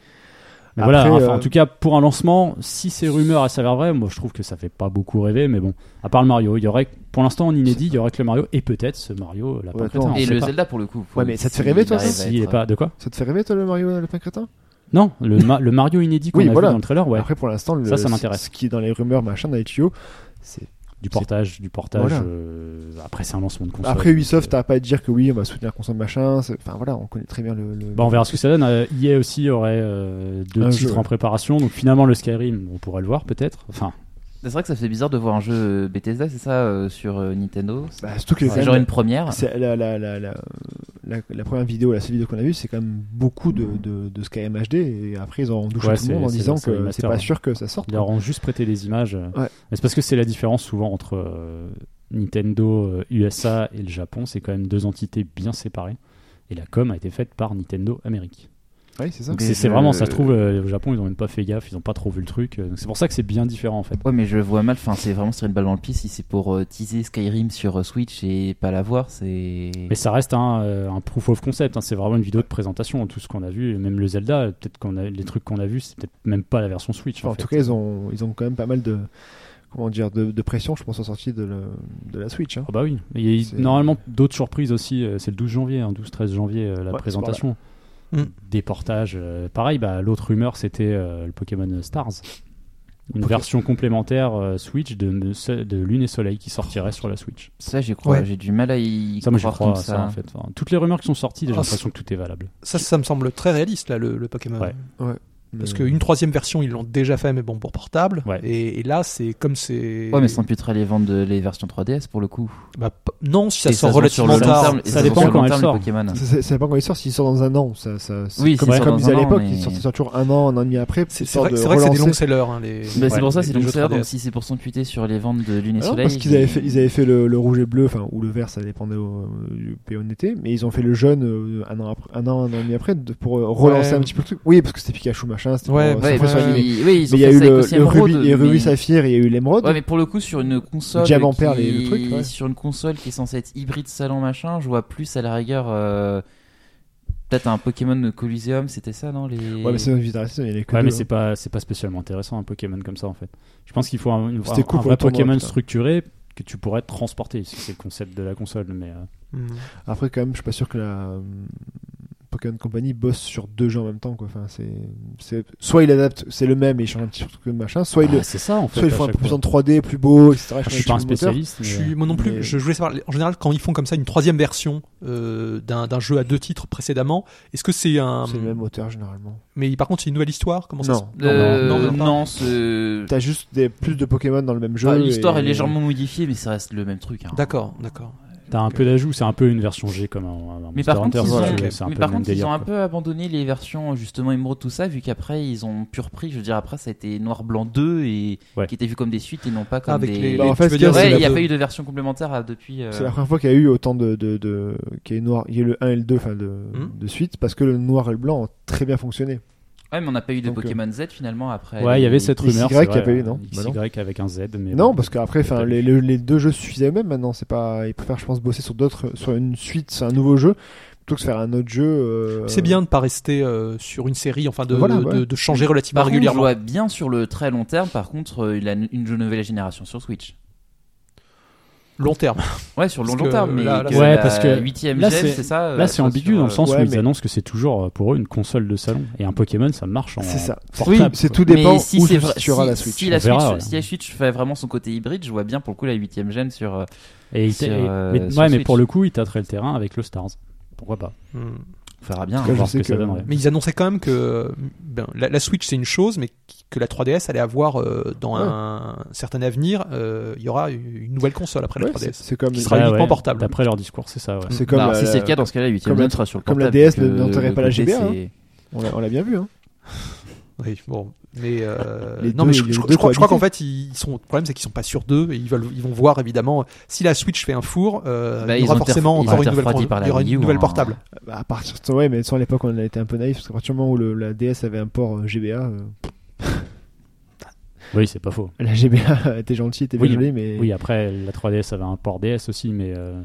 S2: Mais
S1: Après,
S2: voilà, enfin,
S1: euh,
S2: en tout cas, pour un lancement, si ces rumeurs elles s'avèrent vraies, moi je trouve que ça fait pas beaucoup rêver, mais bon, à part le Mario, il y aurait, pour l'instant en inédit, il y aurait que le Mario et peut-être ce Mario, la
S1: Ouais,
S2: pancrétin,
S1: attends.
S2: on
S4: Et
S2: sait
S4: le
S2: pas.
S4: Zelda pour le coup.
S1: Ouais, mais ça te fait rêver, toi, ça
S4: ça
S2: S'il est pas, de quoi
S1: Ça te fait rêver toi le Mario Lapin Crétin
S2: Non, le, ma- le Mario inédit qu'on
S1: Oui,
S2: a
S1: voilà.
S2: vu dans le trailer, ouais.
S1: Après pour l'instant le-
S2: Ça, ça m'intéresse.
S1: Ce qui est dans les rumeurs machin dans les tuyaux, c'est
S2: du portage, du portage.
S1: Voilà.
S2: euh, après, c'est un lancement de console.
S1: Après Ubisoft,
S2: Donc, euh,
S1: t'as pas à te dire que oui, on va soutenir console machin. c'est- Enfin voilà, on connaît très bien le. le-
S2: bah, on verra ce que ça donne. Euh, EA aussi aurait euh, deux
S1: Un
S2: titres
S1: jeu,
S2: en
S1: ouais.
S2: préparation. Donc finalement, le Skyrim, on pourrait le voir peut-être. Enfin,
S4: C'est vrai que ça fait bizarre de voir un jeu Bethesda, c'est ça, euh, sur euh, Nintendo.
S1: Bah, surtout que
S4: C'est
S1: c'est
S4: genre une première.
S2: hein.
S1: c'est la, la, la, la, la- la première vidéo, la seule vidéo qu'on a vue, c'est quand même beaucoup de, de, de Skyrim HD. Et après, ils ont douché
S2: Ouais,
S1: tout le monde en
S2: c'est- c'est
S1: disant
S2: le- c'est le
S1: que c'est
S2: master,
S1: pas
S2: hein.
S1: sûr que ça sorte.
S2: ils leur ont juste prêté les images. euh.
S1: Ouais.
S2: Mais c'est parce que c'est la différence souvent entre euh, Nintendo euh, USA et le Japon. C'est quand même deux entités bien séparées. Et la com a été faite par Nintendo Amérique.
S1: Oui, c'est ça.
S2: Donc
S4: Mais
S2: c'est c'est
S4: je-
S2: vraiment, ça se trouve, euh, au Japon, ils ont même pas fait gaffe, ils ont pas trop vu le truc. Euh, donc C'est pour ça que c'est bien différent en fait.
S4: Ouais, mais je vois mal. Enfin, c'est vraiment se tirer une balle dans le pied si c'est pour euh, teaser Skyrim sur euh, Switch et pas l'avoir. C'est.
S2: Mais ça reste un, euh, un proof of concept, hein. c'est vraiment une vidéo de présentation, tout ce qu'on a vu, et même le Zelda, euh, peut-être qu'on a les trucs qu'on a vus, c'est peut-être même pas la version Switch.
S1: Enfin, en
S2: fait.
S1: tout cas, ils ont, ils ont quand même pas mal de. Comment dire De, de pression, je pense, en sortie de, le- de la Switch. hein.
S2: Ah bah oui, il y a eu
S1: C'est-
S2: normalement d'autres surprises aussi, euh, c'est le 12 janvier, hein, 12-13 janvier euh, la
S1: Ouais,
S2: présentation.
S3: voilà.
S2: Des portages, euh, pareil, bah, l'autre rumeur c'était euh, le Pokémon Stars. Une
S1: Ok.
S2: version complémentaire euh, Switch de, de, de Lune et Soleil qui sortirait sur la Switch.
S4: Ça, j'y crois.
S3: Ouais.
S4: J'ai du mal à y
S2: Ça, moi, j'y
S4: croire
S2: crois
S4: comme
S2: à ça, en fait. Enfin, toutes les rumeurs qui sont sorties, j'ai
S3: Ah,
S2: l'impression que tout est valable.
S3: Ça, ça me semble très réaliste, là, le, le Pokémon.
S2: Ouais.
S3: Parce
S1: Mais-
S3: qu'une troisième version, ils l'ont déjà fait, mais bon, pour portable.
S2: Ouais.
S3: Et, et là, c'est comme c'est.
S4: Ouais, mais ça imputera les ventes de les versions 3DS pour le coup.
S3: Bah, p- non, si ça
S4: Et
S3: sort
S4: se vend sur le
S3: relativement
S4: long
S3: tard.
S4: terme, et
S2: Ça
S4: se vend
S2: dépend
S4: sur le
S2: quand
S4: long
S2: elle
S4: terme,
S2: sort.
S4: les Pokémon.
S1: Ça, ça- ça dépend quand il sort. S'ils sortent dans un an, ça, ça, c'est
S4: Oui,
S1: comme,
S4: s'ils
S1: comme
S4: sortent
S1: ils
S4: dans
S1: disaient à
S4: un an,
S1: l'époque,
S4: mais-
S1: ils sortent ils sortent toujours un an, un an et demi après.
S3: C'est c'est
S1: histoire
S3: vrai,
S1: de
S3: c'est vrai que c'est des
S1: relancer.
S3: longs sellers. hein, les...
S4: Bah, c'est
S2: Ouais,
S4: pour ça,
S3: les
S4: c'est
S3: jeux
S4: donc
S3: 3DS.
S4: ça. Donc si c'est pour s'amputer sur les ventes de Lune et
S1: Ah non,
S4: Soleil.
S1: parce qu'ils avaient fait, ils avaient fait le, le rouge et bleu, enfin, ou le vert, ça dépendait au, du PO d'été, mais ils ont fait le jaune euh, un, an après- un an, un an et demi après de- pour euh, relancer
S3: Ouais.
S1: un petit peu le truc. Oui, parce que c'était Pikachu, machin, c'était
S3: Ouais,
S1: pour, euh, surfer
S4: Ouais, parce
S1: sur l'anime.
S4: qu'ils- oui, ils ont
S1: Mais il y a
S4: fait
S1: eu
S4: ça avec
S1: le,
S4: aussi
S1: le
S4: Emerald,
S1: Ruby, et Ruby
S4: mais-
S1: Saphir, il y a eu l'émeraude.
S4: Ouais, mais pour le coup, sur une console.
S1: Diamant,
S4: qui-
S1: perle et le truc, ouais.
S4: Sur une console qui est censée être hybride salon machin, je vois plus à la rigueur. euh, Peut-être un Pokémon Coliseum, c'était ça, non les...
S1: Ouais, mais c'est une visite il y en avait que
S2: Ouais,
S1: deux,
S2: mais
S1: hein.
S2: c'est pas c'est pas spécialement intéressant un Pokémon comme ça en fait. Je pense qu'il faut un, une-
S1: C'était cool
S2: un- un
S1: pour
S2: vrai
S1: le tournoi,
S2: Pokémon
S1: putain.
S2: structuré que tu pourrais transporter, parce que c'est le concept de la console. Mais euh,
S3: Hmm.
S1: Après, quand même, je suis pas sûr que la euh, Pokémon Company bosse sur deux jeux en même temps, quoi. Enfin, c'est, c'est, soit il adapte, c'est le même et il change un petit truc euh, machin, soit il,
S2: ah, c'est ça en fait.
S1: soit il
S2: à
S1: fait un peu
S2: chaque
S1: plus en
S2: fois.
S1: 3D, plus beau, etc.
S2: Je suis pas un spécialiste. mais,
S3: Je
S2: euh,
S3: suis moi non plus.
S1: Mais-
S3: Je voulais savoir. En général, quand ils font comme ça une troisième version euh, d'un d'un jeu à deux titres précédemment, est-ce que c'est
S2: hein,
S3: un
S1: C'est le même auteur, généralement.
S3: Mais par contre, c'est une nouvelle histoire. Comment ça
S1: Non.
S3: se-
S4: Euh,
S3: non,
S4: non,
S3: non, même pas.
S4: ce-
S1: T'as juste des, plus de Pokémon dans le même jeu.
S2: Ah,
S4: Enfin, L'histoire
S1: et-
S4: est légèrement modifiée, mais ça reste le même truc. hein.
S3: D'accord, d'accord.
S2: euh, T'as un peu d'ajout, c'est un peu une version G comme un, un
S4: Mais
S2: Monster
S4: par
S2: Hunter,
S4: contre, ils
S2: si
S4: ont,
S2: tu veux, c'est un
S4: mais
S2: peu
S4: par
S2: le même
S4: contre, ils
S2: délire,
S4: ont un
S2: quoi.
S4: peu abandonné les versions justement émeraude tout ça, vu qu'après ils ont pur repris. Je veux dire, après ça a été noir blanc 2 et
S2: Ouais.
S4: qui était vu comme des suites et non pas comme
S3: Ah, Avec
S4: des.
S3: les.
S1: Bah, en
S3: tu
S1: fait,
S3: veux
S1: ce qu'il y a,
S3: dire,
S1: c'est
S4: Ouais,
S1: la
S4: il n'y a
S3: deux-
S4: pas eu de version complémentaire à- depuis. euh,
S1: C'est la première fois qu'il y a eu autant de, de, de qu'il y a eu noir, il y a eu le 1 et le 2 enfin de,
S3: Hmm.
S1: de suite parce que le noir et le blanc ont très bien fonctionné.
S4: Ouais, mais on n'a pas eu de
S1: Donc, euh,
S4: Pokémon Z finalement après.
S2: Ouais, il y
S4: les-
S2: avait cette
S1: XY
S2: rumeur.
S1: qui a
S2: c'est vrai,
S1: pas eu, non
S2: euh,
S1: Bah
S2: XY avec un Z, mais
S1: non,
S2: bon.
S1: parce qu'après enfin les, les, les deux jeux suffisaient eux-mêmes maintenant, c'est pas ils préfèrent je pense bosser sur d'autres sur une suite, sur un nouveau jeu plutôt que de faire un autre jeu euh,
S3: C'est bien de pas rester euh, sur une série, enfin de,
S1: Voilà,
S3: de-
S1: ouais.
S3: de changer relativement
S4: Par contre, je
S3: régulièrement.
S4: vois bien sur le très long terme. Par contre, euh, il a une une nouvelle génération sur Switch.
S3: long terme.
S4: Ouais, sur le long,
S3: Parce que
S4: terme. Mais
S3: là- là,
S4: que
S2: Ouais,
S4: la
S2: parce que
S4: 8e
S2: là,
S4: gel,
S2: c'est-
S4: c'est
S1: bah,
S4: ça.
S2: Là,
S4: euh,
S2: c'est
S4: soit
S2: ambigu
S4: sur,
S2: dans le
S4: euh,
S2: sens
S1: ouais,
S2: où ils
S1: mais-
S2: annoncent que c'est toujours euh, pour eux une console de salon. Et un Pokémon, ça marche en.
S1: C'est ça. Oui,
S2: portable,
S1: c'est
S2: quoi.
S1: tout dépend
S4: mais si
S1: où
S4: c'est
S1: se
S4: vrai-
S1: situera
S4: si-
S1: la Switch.
S4: Si la
S2: On verra, ouais.
S4: Switch, si la Switch fait vraiment son côté hybride, je vois bien pour le coup la 8ème gêne sur. euh,
S2: Et il
S4: sur,
S2: t'a- et-
S4: euh,
S2: mais,
S4: sur
S2: ouais, mais
S4: Switch.
S2: pour le coup, ils tâteraient le terrain avec le Stars. Pourquoi pas
S3: Hmm.
S4: On verra bien.
S1: En tout cas,
S2: On va
S1: je
S2: voir ce
S1: sais
S2: que, ça
S1: que-
S2: donnerait.
S3: Mais ils annonçaient quand même que ben, la, la Switch c'est une chose, mais qui- que la 3DS allait avoir euh, dans
S1: Ouais.
S3: un certain avenir, euh, il y aura une nouvelle console après
S1: Ouais,
S3: la 3DS.
S1: c'est- C'est comme
S3: Qui sera uniquement portable.
S2: D'après leur discours, c'est ça. ouais.
S1: c'est comme euh,
S4: Bah,
S1: la-
S4: si c'est le cas, dans ce cas-là, la 8ème
S1: comme la-
S4: gêne sera sur le
S1: comme la
S4: portable.
S1: DS
S4: donc,
S1: ne-
S4: euh,
S1: n'enterrait
S4: le
S1: pas la
S4: côté,
S1: GBA, hein.
S4: c'est-
S1: on l'a- on l'a bien vu. hein.
S3: Oui, bon, mais euh,
S1: Les
S3: non,
S1: deux,
S3: mais je,
S1: les
S3: je- je
S1: deux
S3: crois, je
S1: cohabités.
S3: crois qu'en fait, ils sont. Le problème, c'est qu'ils sont pas sûrs d'eux et ils veulent, ils vont voir évidemment si la Switch fait un four, euh,
S4: Bah,
S3: il y
S4: ils
S3: aura
S4: ont
S3: forcément
S4: interf- ils
S3: encore
S4: ont
S3: une nouvelle,
S4: interfroidi
S3: con-
S4: par la
S3: il y aura
S4: Wii
S3: une
S4: U,
S3: nouvelle
S4: hein.
S3: portable.
S1: Bah, à partir de ouais, mais sur l'époque, on a été un peu naïf parce qu'à partir du moment où le- la DS avait un port euh, GBA, euh,
S2: Oui, c'est pas faux.
S1: la GBA était gentille, était bien
S2: Oui,
S1: jolie, mais
S2: Oui, après, la 3DS avait un port DS aussi, mais euh,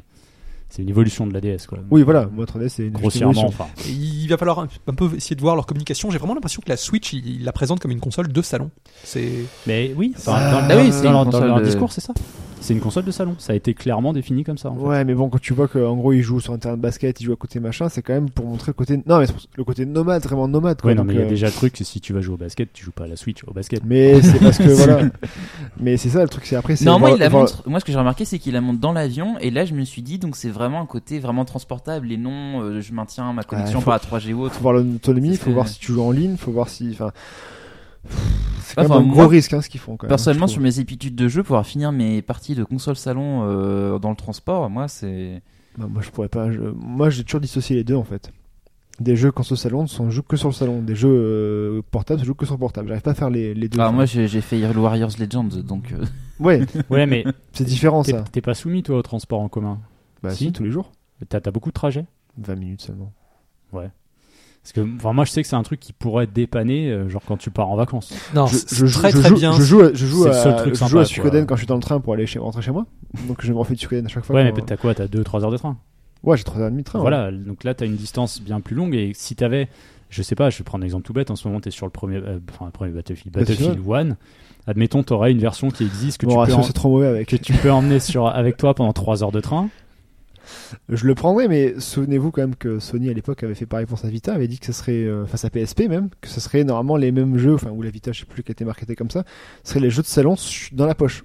S2: c'est une évolution de la DS. Quoi.
S1: Oui, voilà, moi 3DS c'est une
S2: Grossièrement, enfin.
S3: Et il va falloir un, un peu essayer de voir leur communication. J'ai vraiment l'impression que la Switch, ils ils la présentent comme une console de salon. C'est
S2: Mais oui, enfin,
S1: Ah,
S2: dans,
S1: bah
S2: dans-
S1: oui,
S2: dans
S1: c'est
S4: une
S2: leur, dans
S4: console
S2: leur
S4: de-
S2: discours, c'est ça. C'est une console de salon. Ça a été clairement défini comme ça. en fait.
S1: Ouais, mais bon, quand tu vois qu'en gros, ils jouent sur un terrain de basket, ils jouent à côté machin, c'est quand même pour montrer le côté. Non, mais c'est pour- le côté nomade, vraiment nomade, quoi.
S2: Ouais, non,
S1: donc,
S2: mais il y a
S1: euh,
S2: déjà le truc, c'est si tu vas jouer au basket, tu joues pas à la Switch au basket.
S1: mais c'est parce que voilà. Mais c'est ça le truc, c'est après. c'est
S4: Non, moi,
S1: voir-
S4: il la
S1: voir-
S4: montre. Moi, ce que j'ai remarqué, c'est qu'il la montre dans l'avion. Et là, je me suis dit, donc, c'est vraiment un côté vraiment transportable et non, euh, je maintiens ma connexion
S1: faut-
S4: par la 3G ou autre.
S1: Faut voir l'autonomie,
S4: C'est ce
S1: faut
S4: que-
S1: voir si tu joues en ligne, faut voir si. Enfin. C'est quand
S4: Enfin,
S1: même un
S4: moi,
S1: gros risque, hein, ce qu'ils font, quand même.
S4: Personnellement,
S1: je
S4: sur
S1: trouve.
S4: mes épitudes de jeu, pouvoir finir mes parties de console salon euh, dans le transport, moi, c'est.
S1: Bah, moi, je pourrais pas. je- Moi, j'ai toujours dissocié les deux, en fait. Des jeux console salon ne sont joués que sur le salon. Des jeux euh, portables se jouent que sur portable. J'arrive pas à faire les, les deux.
S4: Alors, Ah, moi, j'ai j'ai fait Hero Warriors Legends, donc. euh,
S1: Ouais,
S2: Ouais, mais
S1: c'est différent,
S2: t'es
S1: ça.
S2: t'es pas soumis, toi, au transport en commun.
S1: Bah,
S2: Si.
S1: si, tous les jours.
S2: T'as as beaucoup de trajets.
S1: 20 minutes seulement.
S2: Parce que enfin, moi, je sais que c'est un truc qui pourrait dépanner, euh, genre quand tu pars en vacances.
S3: non,
S1: je,
S3: c'est
S1: je joue-
S3: très
S1: je
S3: très
S1: joue-
S3: bien.
S1: Je joue, à- je joue
S2: C'est le
S1: à-
S2: seul truc
S1: je
S2: sympa,
S1: joue à
S2: quoi.
S1: Suikoden quand je suis dans le train pour aller chez, rentrer chez moi. Donc je me refais de Suikoden à chaque fois.
S2: ouais,
S1: quand-
S2: mais t'as quoi T'as 2-3 heures de train.
S1: Ouais, j'ai 3h30 de train. ouais.
S2: Voilà, donc là, t'as une distance bien plus longue. Et si t'avais, je sais pas, je vais prendre un exemple tout bête, en ce moment, t'es sur le premier, euh, enfin, le premier Battlefield,
S1: Battlefield.
S2: Battlefield 1. Admettons, t'aurais une version qui existe que,
S1: Bon,
S2: tu,
S1: ratio,
S2: peux en-
S1: c'est trop mauvais avec.
S2: que tu peux emmener sur, avec toi pendant 3 heures de train.
S1: Je le prendrais, mais souvenez-vous quand même que Sony à l'époque avait fait pareil pour sa Vita, avait dit que ce serait, euh, face à PSP même, que ce serait normalement les mêmes jeux, enfin, ou la Vita, je sais plus, qui a été marketée comme ça, ce serait les jeux de salon su- dans la poche.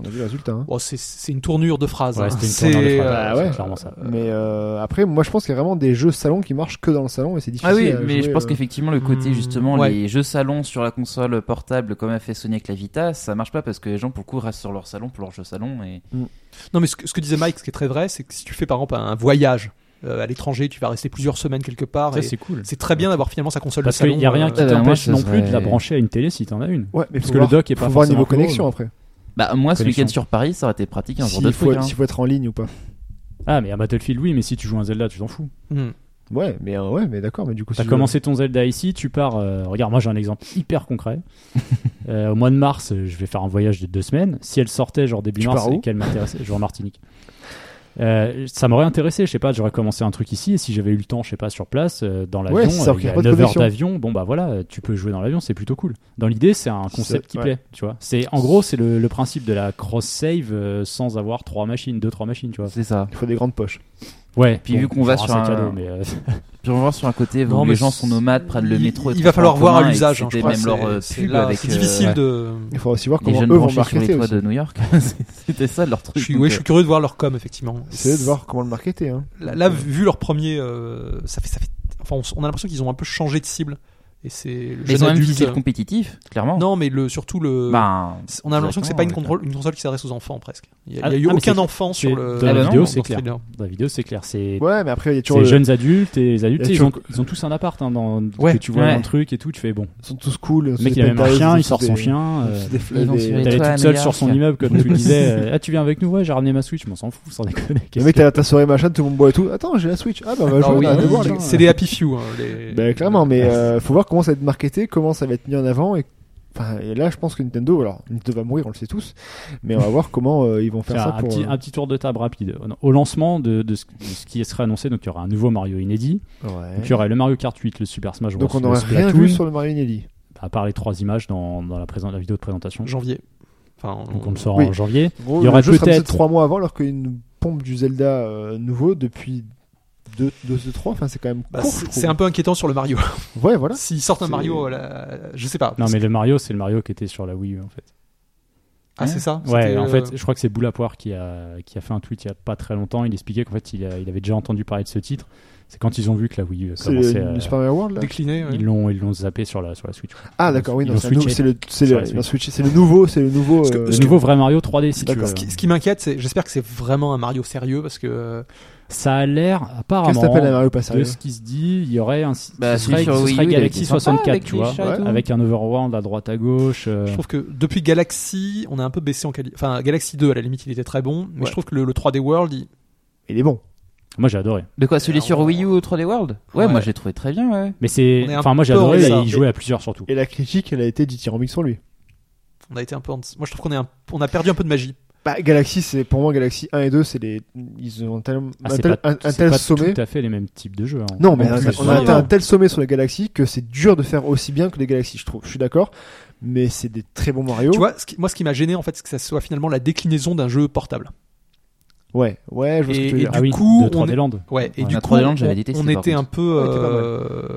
S1: On a vu le résultat, hein.
S3: Bon, Oh, c'est- c'est une tournure de phrase.
S2: Ouais,
S3: hein.
S2: c'était une tournure de
S3: C'est,
S2: phrase. Ah
S3: euh,
S1: Bah ouais.
S2: c'est clairement ça.
S1: Mais euh, après, moi je pense qu'il y a vraiment des jeux salon qui marchent que dans le salon et c'est difficile.
S4: Ah oui,
S1: à
S4: mais
S1: jouer,
S4: je pense
S1: euh.
S4: qu'effectivement, le côté
S3: hmm,
S4: justement,
S3: ouais.
S4: les jeux salon sur la console portable, comme a fait Sony avec la Vita, ça marche pas parce que les gens, pour le coup, restent sur leur salon pour leur jeu salon. Et...
S3: Non, mais ce que, ce que disait Mike, ce qui est très vrai, c'est que si tu fais par exemple un voyage euh, à l'étranger, tu vas rester plusieurs semaines quelque part.
S2: Ça,
S3: et
S2: c'est cool.
S3: c'est très bien d'avoir finalement sa console
S2: Parce
S3: de salon.
S2: qu'il n'y a rien
S3: euh,
S2: qui
S4: euh, bah, moi,
S2: t'empêche
S4: ce
S2: non plus de la
S4: serait-
S2: brancher à une télé si t'en as une.
S1: Ouais, mais
S2: Parce
S1: faut
S2: que
S1: voir-
S2: le dock est
S1: faut
S2: pas
S1: voir niveau
S2: forcément
S1: connexion
S2: gros.
S1: après.
S4: Bah, moi, ce
S2: Connexion.
S4: week-end sur Paris, ça aurait été pratique un jour
S1: S'il
S4: de
S1: faut,
S4: truc. hein.
S1: s'il faut être en ligne ou pas.
S2: Ah, mais à Battlefield, oui, mais si tu joues un Zelda, tu t'en fous.
S3: hmm.
S1: Ouais, mais euh, ouais, mais d'accord, mais du coup.
S2: T'as
S1: si-
S2: commencé ton Zelda ici, tu pars. euh, regarde, moi j'ai un exemple hyper concret. Euh, au mois de mars, euh, je vais faire un voyage de deux semaines. Si elle sortait genre début
S1: Tu
S2: mars
S1: pars où
S2: et qu'elle m'intéressait, je vais en Martinique. Euh, ça m'aurait intéressé, je sais pas, j'aurais commencé un truc ici et si j'avais eu le temps, je sais pas, sur place, euh, dans l'avion,
S1: Ouais, c'est ça,
S2: euh,
S1: qu'il
S2: il
S1: y
S2: y
S1: a
S2: a
S1: pas de
S2: 9 heures
S1: connexion.
S2: d'avion, bon bah voilà, euh, tu peux jouer dans l'avion, c'est plutôt cool. Dans l'idée, c'est un concept
S1: C'est-
S2: qui
S1: ouais.
S2: plaît, tu vois. C'est En gros, c'est le, le principe de la cross-save euh, sans avoir trois machines, deux, trois machines, tu vois.
S4: C'est ça.
S1: Il faut des grandes poches.
S2: Ouais,
S4: Puis vu qu'on va
S2: faudra,
S4: sur
S2: c'est
S4: un-
S2: cadeau, mais, euh,
S4: Puis on va voir sur un côté,
S3: Non,
S4: où
S3: mais
S4: les gens sont nomades, prennent le
S3: il-
S4: métro. et
S3: Il va falloir
S4: transports en
S3: voir à
S4: commun, et
S3: l'usage. hein, je
S4: C'était
S3: crois,
S4: même leur
S3: c'est-
S4: euh,
S3: c'est
S4: pub
S3: là,
S4: avec.
S3: C'est
S4: euh,
S3: difficile
S4: ouais.
S3: de.
S1: Il faudra aussi voir
S4: Les
S1: comment eux
S4: jeunes
S1: vont
S4: branchés sur les
S1: marketer
S4: toits
S1: aussi.
S4: de New York. C'était ça leur truc.
S3: Je suis, ouais, je suis curieux de voir leur com, effectivement.
S1: C'est eux de voir comment le marketer. Hein.
S3: Là, là, vu vu leur premier, euh, ça fait, ça fait. Enfin, on, s- on a l'impression qu'ils ont un peu changé de cible. Et c'est le
S4: Mais ils
S3: jeune
S4: ont même
S3: adulte. euh,
S4: visé le compétitif, clairement.
S3: Non, mais le surtout le.
S4: Bah,
S3: on a l'impression que c'est pas une,
S4: exactement,
S3: contrôle- une console qui s'adresse aux enfants presque. Il n'y a,
S2: Ah,
S3: il y a eu
S2: ah, mais
S3: aucun
S2: c'est-
S3: enfant
S2: c'est-
S3: sur le.
S2: dans
S4: Ah bah
S2: la
S4: non,
S2: vidéo,
S3: dans
S2: c'est
S3: ce
S2: clair.
S3: trailer.
S2: Dans la vidéo, c'est clair. C'est
S1: Ouais, mais après, il y a
S2: C'est
S1: toujours.
S2: les
S1: le-
S2: jeunes adultes et les adultes,
S1: Il y a
S2: ils ont,
S1: toujours-
S2: ils ont tous un appart hein, dans,
S3: Ouais.
S2: que tu vois
S4: Ouais.
S2: dans le truc et tout. Tu fais bon,
S1: Ils sont tous cool.
S2: le mec il a même un chien, il sort son chien. euh,
S4: Ils vont sur les
S2: T'es allé
S4: Toi, à
S2: toute seule
S4: New
S2: sur son
S4: York.
S2: immeuble comme tu le disais. euh, ah, tu viens avec nous Ouais, j'ai ramené ma Switch, mais on s'en fout, sans déconner.
S1: Le
S2: qu'est-ce
S1: mec,
S2: que-
S1: t'as ta soirée machin, tout le monde boit et tout. Attends, j'ai la Switch. Ah bah, va
S3: Ah
S1: jouer,
S3: oui,
S1: on a
S2: oui,
S1: deux voir,
S2: oui.
S1: les
S2: gens,
S3: c'est
S2: euh.
S3: des happy few. hein, les-
S1: Ben clairement, mais euh, faut voir comment ça va être marketé, comment ça va être mis en avant et enfin et là je pense que Nintendo alors Nintendo va mourir, on le sait tous, mais on va voir comment euh, ils vont faire
S2: Tiens,
S1: ça
S2: un,
S1: pour
S2: petit,
S1: euh,
S2: un petit tour de table rapide. euh, Au lancement de, de ce, de ce qui serait annoncé, donc il y aura un nouveau Mario inédit.
S1: euh, ouais.
S2: Donc il y aurait le Mario Kart 8, le Super Smash Bros.
S1: Donc on
S2: le
S1: n'aurait rien
S2: Splatoon,
S1: vu sur le Mario Nelly.
S2: à part les trois images dans, dans la, présent- la vidéo de présentation.
S3: Janvier. Enfin, on-
S2: donc on le sort
S1: Oui.
S2: en janvier.
S1: En gros,
S2: Il y aura
S1: le jeu sera
S2: peut-être-
S1: annoncé trois mois avant, alors qu'une pompe du Zelda euh, nouveau depuis 2 3 enfin c'est quand même
S3: bah,
S1: court, je
S3: c'est-
S1: trouve.
S3: c'est un peu inquiétant sur le Mario.
S1: Ouais, voilà.
S3: S'ils sortent un
S1: C'est-
S3: Mario, là, je sais pas.
S2: Non mais le Mario, c'est le Mario qui était sur la Wii U en fait.
S3: Ah, c'est ça
S2: Ouais,
S3: C'était,
S2: en
S3: euh,
S2: fait, je crois que c'est Boulapoire qui a, qui a fait un tweet il y a pas très longtemps. Il expliquait qu'en fait, il, a- il avait déjà entendu parler de ce titre. C'est quand ils ont vu que la Wii U
S1: C'est
S2: commençait
S1: le
S2: à...
S1: le Super Mario World là
S3: euh, décliné. ouais.
S2: Ils l'ont, ils l'ont zappé sur la, sur la Switch.
S1: Ah d'accord, oui,
S2: Ils
S1: non,
S2: l'ont
S1: c'est un nou-
S2: switché.
S1: c'est le c'est
S2: Sur
S1: le
S2: la Switch.
S1: non, switché, c'est le nouveau, c'est le nouveau
S3: Parce que-
S1: euh,
S2: Le nouveau vrai Mario 3D, si tu veux.
S1: D'accord.
S3: Ce qui, ce qui m'inquiète, c'est j'espère que c'est vraiment un Mario sérieux parce que euh,
S2: Ça a l'air,
S1: Qu'est-ce
S2: apparemment,
S1: que t'appelles un Mario pas sérieux
S2: de ce qui se dit, il y aurait un.
S4: Bah,
S2: ce serait,
S4: celui sur
S2: ce
S4: Wii
S2: serait
S4: U, il
S2: Galaxy
S4: était sympa
S2: 64,
S4: Ah, avec
S2: tu
S4: des
S2: vois.
S4: chats et
S1: ouais,
S4: tout.
S2: Avec un Overworld à droite à gauche. euh,
S3: je trouve que depuis Galaxy, on a un peu baissé en qualité. Enfin, Galaxy 2, à la limite, il était très bon, mais
S1: Ouais.
S3: je trouve que le, le 3D World, il-
S1: Il est bon.
S2: Moi, j'ai adoré.
S4: De quoi Celui
S3: Alors,
S4: sur
S3: on-
S4: Wii U ou 3D World Ouais,
S3: Ouais.
S4: moi j'ai trouvé très bien, ouais.
S2: Mais c'est.
S3: On est un
S2: Enfin, moi, j'ai
S3: peu
S2: adoré.
S3: en
S2: Et
S3: retard.
S2: il jouait à plusieurs surtout.
S1: Et la critique, elle a été dithyrambique sur lui.
S3: on a été un peu. en- Moi, je trouve qu'on est un- on a perdu un peu de magie.
S1: Bah, Galaxy, c'est pour moi Galaxy 1 et 2, c'est les ils ont tellement-
S2: Ah,
S1: un
S2: c'est
S1: tel,
S2: pas,
S1: un, un
S2: c'est
S1: tel
S2: pas
S1: sommet.
S2: tout à fait les mêmes types de jeux. hein.
S1: Non, mais
S2: En
S1: on
S2: plus,
S1: a- on
S2: euh,
S1: a atteint un tel sommet sur les Galaxies que c'est dur de faire aussi bien que les Galaxies, je trouve. Je suis d'accord, mais c'est des très bons Mario.
S3: Tu vois, ce qui- moi, ce qui m'a gêné, en fait, c'est que ça soit finalement la déclinaison d'un jeu portable.
S1: Ouais, ouais, je vois ce
S3: Et-
S1: que tu veux
S3: et
S1: dire.
S2: Ah
S3: du
S2: oui,
S3: coup,
S2: de
S3: on
S2: 3D
S3: est-
S2: Land.
S3: Ouais, et
S2: Ouais.
S3: du
S4: La
S3: coup,
S4: 3D Land,
S3: on,
S4: j'avais détesté,
S3: on
S4: par
S3: était un
S4: contre.
S3: peu.
S1: Ouais, il était pas mal.
S3: euh,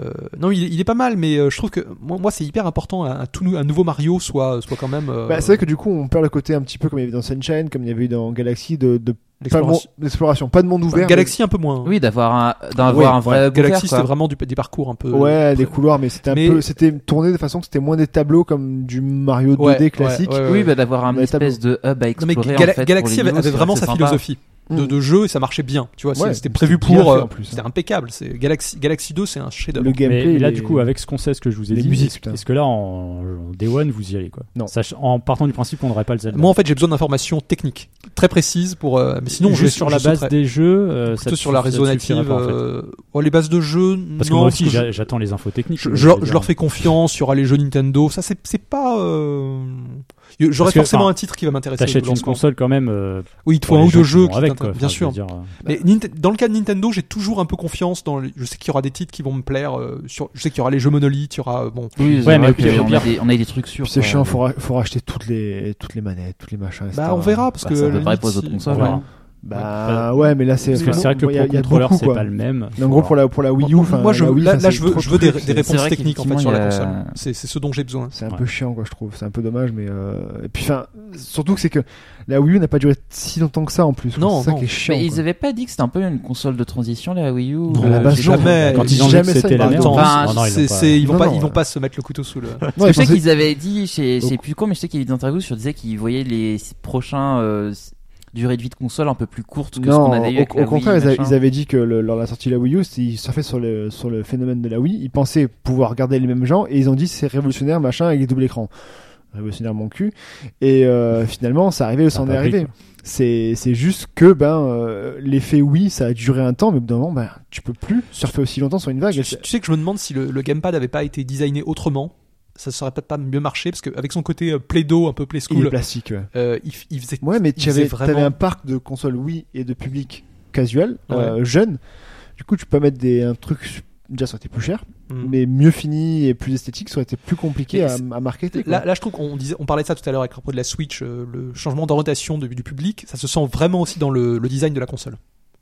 S3: euh, non, il, il est pas mal, mais euh, je trouve que moi, moi, c'est hyper important un, tout nou- un nouveau Mario soit soit quand même euh,
S1: Bah, c'est vrai que du coup, on perd le côté un petit peu comme il y avait dans Sunshine, comme il y avait eu dans Galaxy, de, de pas de mon-
S3: l'exploration.
S1: d'exploration, pas de monde
S3: Enfin,
S1: ouvert.
S3: Galaxy un peu moins. hein. Euh,
S4: Oui, d'avoir un, d'avoir
S1: Ouais,
S4: un vrai bouquet,
S3: Galaxy,
S4: quoi.
S3: c'était vraiment du- des parcours un peu.
S1: mais- Ouais, des couloirs, mais c'était un
S3: euh, Mais-
S1: peu, c'était tourné de façon que c'était moins des tableaux comme du Mario 2D
S3: Ouais, ouais,
S1: classique.
S3: ouais, ouais.
S4: Oui, bah, d'avoir un
S1: Mais t'as
S4: espèce de hub à
S3: Non, mais
S4: explorer. en
S3: Gala-
S4: fait, pour
S3: Galaxy
S4: les
S3: avait,
S4: niveaux,
S3: avait
S4: c'est
S3: vraiment
S4: assez
S3: sa
S4: sympa.
S3: philosophie de,
S1: Mm.
S3: de jeu et ça marchait bien. Tu vois, c'est-
S1: Ouais,
S3: c'était prévu
S1: c'était bien
S3: pour.
S1: fait
S3: euh,
S1: en plus, hein.
S3: C'était impeccable. C'est Galaxy, Galaxy 2, c'est un chef-d'œuvre.
S1: Le
S2: Mais,
S1: gameplay.
S2: mais là,
S1: il
S2: du
S1: est-
S2: coup, avec ce qu'on sait, ce que je vous ai
S1: Les
S2: dit,
S1: musiques,
S2: est-ce-
S1: putain.
S2: est-ce que là, en, en Day One, vous y allez quoi
S1: Non.
S2: Sach- En partant du principe qu'on n'aurait pas le Zelda.
S3: Moi, en fait, j'ai besoin d'informations techniques très précises pour. euh, mais sinon, je
S2: juste sur la
S3: je
S2: base
S3: sauterais.
S2: des jeux, euh, ça
S3: plutôt sur la
S2: suffit- ça
S3: réseau
S2: suffirait
S3: native.
S2: pas, en fait.
S3: euh, oh, les bases de jeu.
S2: Parce que
S3: non,
S2: moi aussi,
S3: parce que
S2: j'a- j'attends les infos techniques.
S3: je,
S2: euh,
S3: je-
S2: veux
S3: je
S2: dire.
S3: leur fais confiance. Il y aura les jeux Nintendo. Ça, c'est c'est pas. euh, J'aurais
S2: Parce que,
S3: forcément
S2: enfin,
S3: un titre qui va m'intéresser.
S2: T'achètes
S3: au
S2: une
S3: lancement.
S2: console quand même. euh,
S3: Oui, il te faut
S2: pour
S3: un
S2: les
S3: ou deux
S2: qui
S3: jeux
S2: vont
S3: qui
S2: avec,
S3: t'intéressent,
S2: quoi.
S3: bien
S2: Enfin, je
S3: sûr.
S2: veux dire, euh,
S3: Mais Ninte- dans le cas de Nintendo, j'ai toujours un peu confiance. Dans les- Je sais qu'il y aura des titres qui vont me plaire. euh, sur... Je sais qu'il y aura les jeux monolithes. Il y aura euh, bon.
S4: Oui,
S2: Ouais,
S4: c'est
S2: mais
S4: vrai
S2: au pire,
S4: que
S2: au
S4: on, a
S2: pire.
S4: des, on a des trucs sûrs.
S1: Puis c'est
S4: quoi.
S2: euh,
S1: chiant, faut, ra- faut racheter toutes les, toutes les manettes, tous les machins. etc.
S3: Bah, on verra parce
S4: Bah,
S3: que.
S4: ça
S3: le
S4: devrait
S3: limite,
S4: pour les autres
S3: si-
S4: consoles,
S2: voilà.
S4: ouais.
S1: Bah ouais, mais là c'est.
S2: Parce que c'est vrai que
S1: il y a-
S2: le
S1: il y a
S2: contrôleur,
S1: beaucoup,
S2: c'est
S1: quoi.
S2: pas le même.
S1: En gros, pour la, pour la Wii U,
S3: Moi,
S1: enfin,
S3: moi, je,
S1: la Wii,
S3: là,
S1: enfin,
S3: là,
S1: c'est
S3: je veux,
S1: trop
S3: je veux des,
S1: truc,
S3: des
S1: c'est-
S3: réponses
S4: vrai
S3: techniques en fait
S4: qu'effectivement,
S3: sur la
S4: il y a-
S3: console. C'est c'est ce dont j'ai besoin.
S1: C'est un
S2: Ouais.
S1: peu chiant, quoi, je trouve. C'est un peu dommage, mais. euh, Et puis, enfin, surtout que c'est que la Wii U n'a pas duré si longtemps que ça en plus. quoi.
S3: Non,
S1: c'est ça
S3: non.
S1: qui est chiant.
S4: Mais
S1: quoi.
S4: ils avaient pas dit que c'était un peu une console de transition, la Wii U
S1: À la
S4: euh,
S1: base,
S4: j'ai
S1: non.
S3: jamais.
S2: Quand ils ont vu
S1: jamais ça,
S2: que c'était
S1: ils
S2: la
S1: l'ont
S2: merde.
S1: fait.
S4: Enfin,
S2: non, non, ils l'ont
S3: C'est-
S2: pas-
S3: c'est- ils vont
S1: Oh Non,
S3: pas,
S1: non,
S3: ils
S1: ouais.
S3: vont pas se mettre le couteau sous le.
S1: Non,
S4: je
S1: ils
S4: sais
S1: pensaient-
S4: qu'ils avaient dit, chez,
S1: Donc-
S4: chez plus con, mais je sais qu'il y a eu des interviews sur disait qu'ils voyaient les prochains euh, s- durées de vie de console un peu plus courtes que ce
S1: Non,
S4: qu'on avait eu avec
S1: au,
S4: la
S1: au contraire,
S4: Wii,
S1: ils, a-
S4: machin.
S1: ils avaient dit que le- lors de la sortie de la Wii U, c'était- ils surfaient sur le, sur le phénomène de la Wii. Ils pensaient pouvoir garder les mêmes gens et ils ont dit c'est révolutionnaire, machin, avec des doubles écrans. Révolutionnaire mon cul. Et euh, finalement, ça
S3: Ah,
S1: arrivait où
S2: Ça
S1: ça en
S2: a
S1: est
S2: pas pris,
S1: arrivé.
S2: quoi.
S1: C'est c'est juste que ben euh, l'effet Wii, ça a duré un temps, mais au bout d'un moment, ben, tu peux plus surfer aussi longtemps sur une vague.
S3: Tu, tu sais que je me demande si le, le gamepad avait pas été designé autrement. Ça serait peut-être pas mieux marché parce qu'avec son côté euh, play-doh un peu
S1: Il
S3: play
S1: est
S3: school,
S1: plastique. Ouais.
S3: euh, il, f- il faisait
S1: Ouais, mais tu
S3: Il
S1: avais,
S3: faisait vraiment-
S1: t'avais un parc de consoles Wii et de public casual, euh,
S3: Ouais.
S1: jeune. Du coup, tu peux mettre des, un truc. Déjà, ça aurait été plus cher,
S3: Hmm.
S1: mais mieux fini et plus esthétique, ça aurait été plus compliqué
S3: Mais
S1: à,
S3: c'est-
S1: à marketer. quoi.
S3: Là, là, je trouve qu'on disait, on parlait de ça tout à l'heure avec le propos de la Switch, euh, le changement d'orientation de- du public, ça se sent vraiment aussi dans le, le design de la console,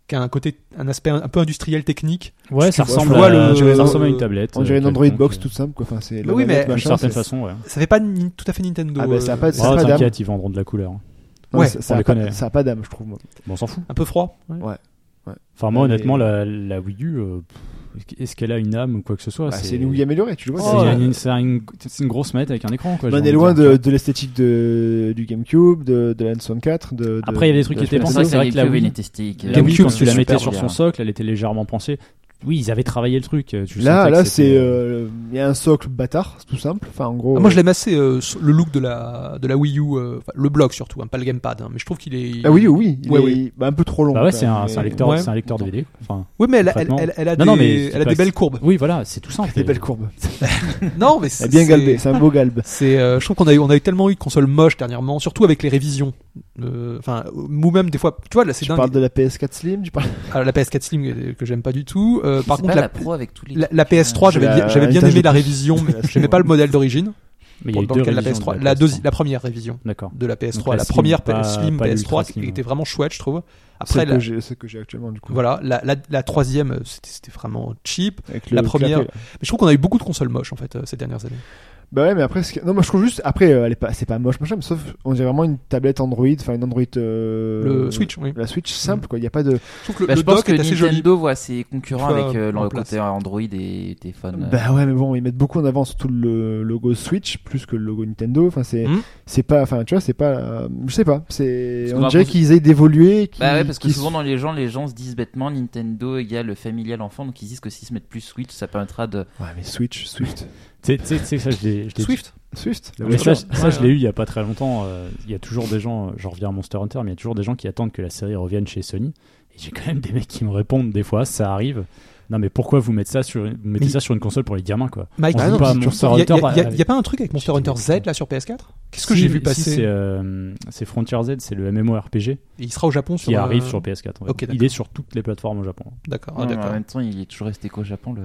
S3: qui a un côté, un aspect un, un peu industriel technique.
S2: Ouais,
S1: Tu
S2: ça
S1: vois, tu
S2: ressemble
S1: vois
S2: à
S3: le-
S2: ça ressemble à une
S3: euh,
S2: tablette.
S1: On dirait
S2: euh,
S1: une Android
S2: quelconque,
S1: box
S2: euh,
S1: toute simple, quoi. Enfin, c'est la
S3: Mais oui,
S1: manette,
S3: mais-
S2: D'une
S1: machin,
S2: certaine
S1: c'est-
S2: façon, ouais.
S3: Ça fait pas ni- tout à fait Nintendo.
S1: Ah, bah, ça a pas-
S3: euh,
S1: ça a
S2: Oh,
S1: pas d'âme.
S2: T'inquiète, ils vendront de la couleur.
S1: Non,
S3: Ouais,
S1: ça,
S2: on
S1: ça,
S2: les
S1: a pas,
S2: connaît.
S1: ça a pas d'âme, je trouve. moi.
S2: Bon, on s'en fout.
S3: un peu froid. ouais.
S1: Ouais.
S2: Enfin, moi,
S1: Mais-
S2: honnêtement, la, la Wii U, euh, pff, est-ce qu'elle a une âme ou quoi que ce soit
S1: Bah, c'est une Wii améliorée, tu le
S2: C'est
S1: vois.
S3: Oh,
S1: c'est-
S2: une, c'est une- c'est une grosse manette avec un écran. Quoi,
S1: Bah, on
S2: j'ai
S1: en
S2: envie
S1: est
S2: de
S1: loin
S2: dire.
S1: de, de l'esthétique de, du GameCube, de, de la N64. De, de-
S2: Après, il y a des trucs
S1: de la
S2: qui étaient
S1: Super
S4: C'est
S2: pensés,
S4: vrai
S1: Nintendo.
S4: que la
S2: la
S4: GameCube
S2: Wii-
S4: est esthétique. euh,
S2: La Wii,
S3: GameCube,
S2: quand tu la
S3: c'est
S2: mettais
S3: super
S2: sur
S4: bien.
S2: son socle, elle était légèrement pensée. Oui, ils avaient travaillé le truc. euh, tu sentais
S1: Là,
S2: que
S1: là,
S2: c'était-
S1: c'est euh, il y a un socle bâtard, c'est tout simple. Enfin, en gros.
S3: Ah, moi je l'aime assez euh, le look de la de la Wii U, euh, enfin, le bloc surtout, hein, pas le gamepad, hein, mais je trouve qu'il est.
S1: Ah oui, oui, il
S3: Ouais,
S1: est
S3: oui.
S1: bah, un peu trop long.
S2: Bah ouais,
S1: quand
S2: c'est
S1: même,
S2: un, c'est un
S1: mais-
S2: lecteur,
S3: Ouais.
S2: c'est un lecteur DVD. Enfin,
S3: Oui, mais elle, a- elle,
S2: Concrètement.
S3: elle- elle a
S2: Non,
S3: des,
S2: non, mais c'est
S3: elle a
S2: pas-
S3: des belles courbes.
S2: oui, voilà, c'est tout simple.
S1: Des belles courbes.
S3: Non, mais
S1: C'est
S3: c'est
S1: bien
S3: c'est-
S1: galbé, c'est un beau galbe.
S3: C'est, euh, je trouve qu'on a eu, on a eu tellement eu de consoles moches dernièrement, surtout avec les révisions. Euh, Enfin, ou même des fois, tu vois, là c'est
S1: Tu
S3: dingue.
S1: parles de la PS4 Slim, tu parles
S3: Alors, la PS4 Slim euh, que j'aime pas du tout. Euh, par
S4: C'est
S3: contre,
S4: pas
S3: la,
S4: la Pro avec tous les.
S3: la- la PS3,
S1: C'est
S3: j'avais
S1: la-
S3: bien, j'avais
S1: une
S3: bien
S1: tache
S3: aimé
S1: de
S3: la
S1: plus.
S3: révision, mais
S1: C'est la
S3: j'aimais
S1: Slim,
S3: pas
S1: ouais.
S3: le modèle d'origine.
S2: Mais il y a
S3: pour-
S2: eu
S3: dans
S2: deux
S3: le cas de la
S2: révisions
S3: PS3.
S2: de
S3: La, deuxi- la première révision
S2: D'accord.
S3: de la
S2: Donc
S3: PS3,
S2: la
S3: la,
S2: Slim,
S3: première
S2: pas-
S3: Slim
S2: pas l'Ultra
S3: PS3
S2: Slim,
S3: qui était
S2: ouais.
S3: vraiment chouette, je trouve. Après,
S1: Celle
S3: la,
S1: que j'ai- celle que j'ai actuellement, du coup.
S3: voilà, la, la, la troisième, euh, c'était c'était vraiment cheap.
S1: Avec
S3: la
S1: le
S3: première-
S1: clapet, là.
S3: Mais je trouve qu'on a eu beaucoup de consoles moches en fait euh, ces dernières années.
S1: Bah ouais, mais après, ce qui- non, moi je trouve juste, après, euh, elle est pas, c'est pas moche, machin, mais sauf, on dirait vraiment une tablette Android, enfin une Android. euh,
S3: le Switch, oui.
S1: La Switch
S4: Mm.
S1: simple, quoi. Il n'y a pas de.
S3: Je trouve que le,
S4: Bah,
S3: le
S4: je pense
S3: dock
S4: que
S3: est assez
S4: Nintendo
S3: joli.
S4: voit ses concurrents
S3: Soit
S4: avec euh,
S3: en
S4: le
S3: place.
S4: côté Android et téléphone. euh.
S1: Bah ouais, mais bon, ils mettent beaucoup en avant surtout le logo Switch plus que le logo Nintendo. Enfin, c'est
S3: Hmm.
S1: c'est pas, enfin, tu vois, c'est pas, euh, je sais pas. C'est
S4: Mm. Parce qu'on
S1: on dirait
S4: a-
S1: qu'ils aient d'évoluer. qu'ils-
S4: Bah ouais, parce que
S1: qu'ils-
S4: souvent dans les gens, les gens se disent bêtement Nintendo égale le familial enfant, donc ils disent que s'ils se mettent plus Switch, ça permettra de.
S1: Ouais, mais Switch, Swift,
S2: Tu sais- tu sais tu sais que ça, je l'ai. je l'ai-
S3: Swift.
S1: Swift.
S3: Ah
S1: la
S2: Mais ça,
S1: voiture.
S2: je- ça, je l'ai eu il y a pas très longtemps. euh, Il y a toujours des gens, euh, je reviens à Monster Hunter, mais il y a toujours des gens qui attendent que la série revienne chez Sony. Et j'ai quand même des mecs qui me répondent des fois, ça arrive. Non, mais pourquoi vous mettez ça sur, vous mettez
S3: Mais-
S2: ça sur une console pour les gamins, quoi
S3: Mike,
S2: On
S1: Ah
S2: joue
S1: non,
S2: pas à
S1: c'est toujours
S2: Bah, Monster
S1: ça.
S3: il y, a-
S2: Hunter. bah,
S3: il y a- il y a-
S2: avec-
S3: il y a pas un truc avec Monster
S2: Je
S3: Hunter
S2: dis-
S3: Z là sur PS4 Qu'est-ce que
S2: Si,
S3: j'ai vu
S2: si, c'est,
S3: passer
S2: euh, c'est Frontier Z, c'est le MMORPG
S3: Il sera au Japon sur.
S2: qui arrive
S3: euh,
S2: sur PS4. en fait.
S3: ok,
S2: il
S3: d'accord.
S2: est sur toutes les plateformes au Japon.
S3: D'accord.
S4: Non,
S3: ah,
S4: mais
S3: d'accord.
S4: en même temps, il est toujours resté qu'au Japon. Le...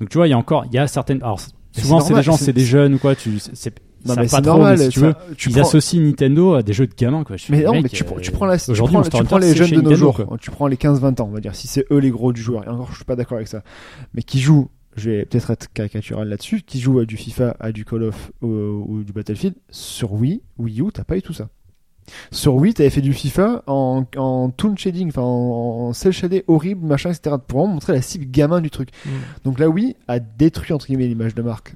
S2: Donc tu vois, il y a encore, il y a certaines. Alors c-
S1: Mais
S2: souvent,
S1: c'est
S2: c'est des
S1: normal,
S2: gens,
S1: c'est-
S2: c'est des jeunes ou quoi. Tu, c'est, c'est- ils
S1: Non,
S2: savent
S1: mais
S2: pas
S1: c'est
S2: trop,
S1: normal.
S2: mais si tu
S1: ça-
S2: veux,
S1: tu
S2: ils
S1: prends-
S2: associent Nintendo à des jeux de gamins, quoi. Je suis
S1: Mais
S2: le
S1: non,
S2: mec,
S1: mais tu,
S2: euh,
S1: prends- tu prends, la, tu
S2: aujourd'hui,
S1: prends-
S2: Monster
S1: tu prends
S2: Hunter,
S1: les
S2: c'est
S1: jeunes
S2: chez
S1: de nos
S2: Nintendo,
S1: jours,
S2: quoi.
S1: tu prends les 15-20 ans, on va dire, si c'est eux les gros du joueur, et encore je suis pas d'accord avec ça, mais qui jouent, je vais peut-être être caricatural là-dessus, qui jouent à du FIFA, à du Call of euh, ou, du Battlefield, sur Wii, Wii U, t'as pas eu tout ça. Sur Wii, t'avais fait du FIFA en, en toon shading, enfin en, en cel shadé horrible, machin, etc. pour vraiment montrer la cible gamin du truc.
S3: Mm.
S1: Donc là, Wii a détruit entre guillemets l'image de marque.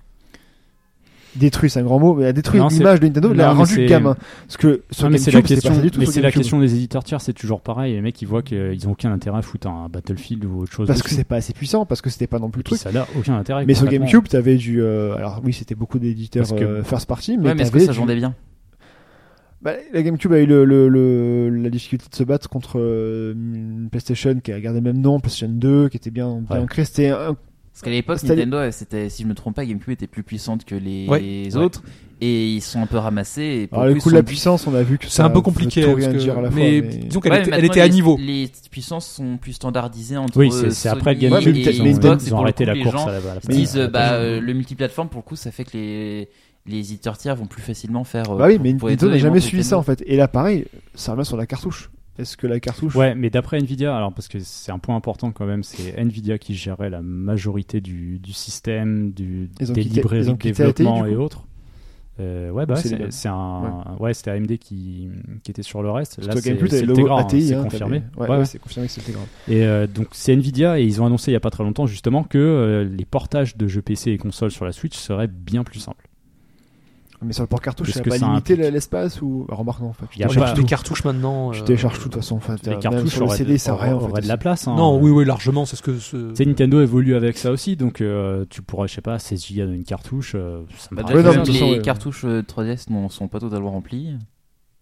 S1: Détruit, c'est un grand mot, mais a détruit
S2: Non, c'est-
S1: l'image de Nintendo,
S2: Non,
S1: l'a
S2: mais
S1: rendu
S2: c'est-
S1: gamin. Parce que sur
S2: Non, mais c'est la
S1: GameCube, c'était
S2: question,
S1: pas ça du tout
S2: mais
S1: sur
S2: c'est la
S1: GameCube.
S2: question des éditeurs tiers, c'est toujours pareil. Les mecs, ils voient qu'ils ont aucun intérêt à foutre un Battlefield ou autre chose.
S1: parce que
S2: dessus.
S1: c'est pas assez puissant, parce que c'était pas non plus le
S2: Et puis
S1: truc.
S2: ça n'a aucun intérêt.
S1: Mais sur
S2: concrètement.
S1: GameCube, t'avais du. euh, alors oui, c'était beaucoup d'éditeurs
S2: Parce que-
S1: euh, first party, mais,
S4: Ouais, mais est-ce que
S1: t'avais
S4: ça
S1: du-
S4: vendait bien
S1: Bah, la GameCube a eu le, le- le- la difficulté de se battre contre euh, une PlayStation qui a gardé le même nom, PlayStation 2, qui était bien, bien
S2: Ouais.
S1: ancrée. C'était un-
S4: Parce qu'à l'époque,
S1: C'est-à-dire-
S4: Nintendo, euh, c'était, si je me trompe pas, GameCube était plus puissante que les
S3: Ouais.
S4: autres. Et ils sont un peu ramassés. Et pour
S1: Alors, le
S4: plus,
S1: coup de la
S4: on-
S1: puissance, on a vu que
S3: C'est
S1: ça
S3: un peu
S1: veut
S3: compliqué.
S1: Tout
S3: parce
S1: rien
S3: que-
S1: dire à la fois, mais-
S3: mais disons qu'elle
S4: Ouais,
S3: était,
S4: mais
S3: elle
S4: maintenant,
S3: était à
S4: les-
S3: niveau.
S4: Les puissances sont plus standardisées entre
S2: Oui, c'est,
S4: euh,
S2: c'est après le
S4: Sony
S2: GameCube
S1: Ouais,
S4: et
S1: mais
S2: qu'ils ont,
S1: Nintendo,
S4: Xbox. et
S2: ils ont
S4: pour le
S2: arrêté
S4: coup,
S2: la
S4: les
S2: course
S4: gens
S2: à la, à la-
S4: Ils disent
S2: à la-
S4: euh, bah, euh, le multiplateforme pour le coup ça fait que les les éditeurs tiers vont plus facilement faire. euh,
S1: Bah oui,
S4: pour-
S1: mais
S4: pour les
S1: Nintendo
S4: deux
S1: n'a jamais
S4: éléments
S1: suivi
S4: que
S1: ça en
S4: Nintendo.
S1: fait. Et là, pareil, ça revient sur la cartouche. Est-ce que la cartouche.
S2: Ouais, mais d'après Nvidia, alors parce que c'est un point important quand même, c'est Nvidia qui gérait la majorité du, du système, du,
S1: Ils ont
S2: des
S1: quitté-
S2: librairies
S1: ils ont
S2: de
S1: quitté ATI,
S2: développement
S1: du
S2: et
S1: coup
S2: autres. Euh, ouais, bah,
S1: C'est les
S2: c'est
S1: mêmes.
S2: c'est un, ouais, c'était AMD qui, qui était sur le reste. Là,
S1: Toi,
S2: c'est
S1: GameCube, t'avais
S2: c'est
S1: le
S2: le
S1: logo
S2: Tegra, hein,
S1: ATI,
S2: c'est
S1: hein,
S2: confirmé.
S1: t'avais- Ouais,
S2: Ouais,
S1: ouais,
S2: ouais.
S1: c'est confirmé que c'est le Tegra.
S2: Et euh, donc c'est Nvidia et ils ont annoncé il y a pas très longtemps justement que euh, les portages de jeux PC et consoles sur la Switch seraient bien plus simples.
S1: Mais sur le port cartouche,
S2: Parce
S1: ça
S2: que
S1: va pas
S2: ça
S1: limité
S2: implique-
S1: l'espace ou. Ah, Remarque, non, en fait.
S2: Y a
S1: Tu
S3: J'ai
S2: pas-
S3: toutes les cartouches maintenant.
S1: Tu
S3: euh,
S1: télécharges tout de toute façon. Enfin, t'as-
S2: Euh, Les
S1: même
S2: cartouches
S1: sur le
S2: auraient,
S1: CD, ça a rien en
S2: auraient
S1: fait.
S2: de la place. hein.
S3: Non, oui, oui, largement, c'est ce que. ce-
S2: Tu sais, Nintendo évolue avec ça aussi, donc euh, tu pourrais, je sais pas, 16 gigas d'une cartouche, euh, ça me
S4: Bah,
S2: paraît
S4: déjà,
S1: Ouais, non, mais de
S4: les-
S1: toute façon,
S4: les
S1: ouais.
S4: cartouches euh, 3DS ne sont pas totalement remplies.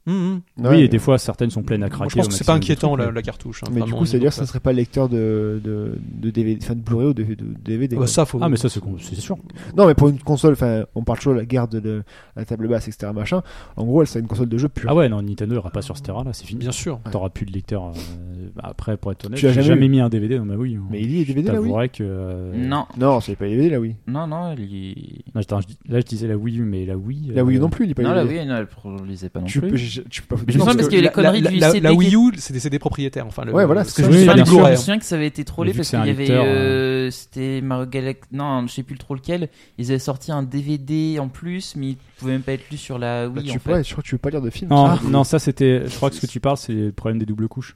S3: Hum, hum.
S1: Ouais,
S2: oui,
S1: mais-
S2: et des fois, certaines sont pleines à
S3: Moi,
S2: craquer.
S3: je pense
S2: au
S3: que c'est pas
S2: maximum du
S3: inquiétant
S2: truc, euh.
S3: la,
S2: mais-
S3: la cartouche. hein,
S1: Mais du
S3: vraiment,
S1: coup, c'est-à-dire
S3: donc,
S1: que ça serait pas lecteur de, de, de DVD, enfin de Blu-ray ou de, de DVD.
S3: euh,
S1: quoi.
S3: bah, ça, faut.
S2: Ah, mais ça, c'est con- c'est sûr.
S1: Non, mais pour une console, enfin, on parle toujours de la garde de, de la table basse, etc. Machin. En gros, elle sera une console de jeu pure.
S2: Ah ouais, non, Nintendo ira pas sur ce terrain là, c'est fini.
S3: Bien sûr.
S2: T'auras plus de lecteur. euh, bah, Après, pour être honnête,
S1: Tu as
S2: j'ai
S1: jamais
S2: jamais
S1: eu
S2: mis un DVD dans ma Wii. hein.
S1: Mais il y est DVD là, oui.
S2: T'avouerais que. euh,
S4: Non,
S1: Non, c'est pas DVD là, oui.
S4: non, non, elle y-
S2: non, attends, je dis- là, je disais la Wii U, mais la Wii.
S1: La
S2: euh,
S1: Wii non plus, il est pas
S4: non,
S1: DVD.
S4: là oui, non, elle ne lisait pas non
S1: Tu
S4: plus.
S1: peux, j'ai- tu peux pas.
S4: Mais je me
S1: Non,
S4: souviens parce qu'il y a eu les conneries
S3: la,
S4: du
S3: la-
S4: UCD
S3: la
S4: qui-
S3: Wii U, c'est des, c'est des propriétaires. Enfin, le-
S1: Ouais, voilà,
S3: le-
S1: c'est
S4: Parce
S1: ça,
S4: que je me
S2: Oui,
S4: souviens,
S2: bien
S4: je
S2: sûr.
S4: me
S3: Blu-ray, hein.
S4: souviens que ça avait été trollé
S2: Mais vu
S4: parce
S2: que c'est
S4: qu'il y
S2: un
S4: avait.
S2: lecteur,
S4: euh, C'était Mario Galaxy. Non, je sais plus trop lequel. Ils avaient sorti un DVD en plus, mais il pouvait même pas être lu sur la
S1: Bah,
S4: Wii.
S1: tu
S4: en
S1: peux, ouais,
S4: fait.
S1: je crois que tu veux pas lire de film.
S2: Non,
S1: Ah.
S2: non, ça c'était. Je crois que ce que tu parles, c'est le problème des doubles couches.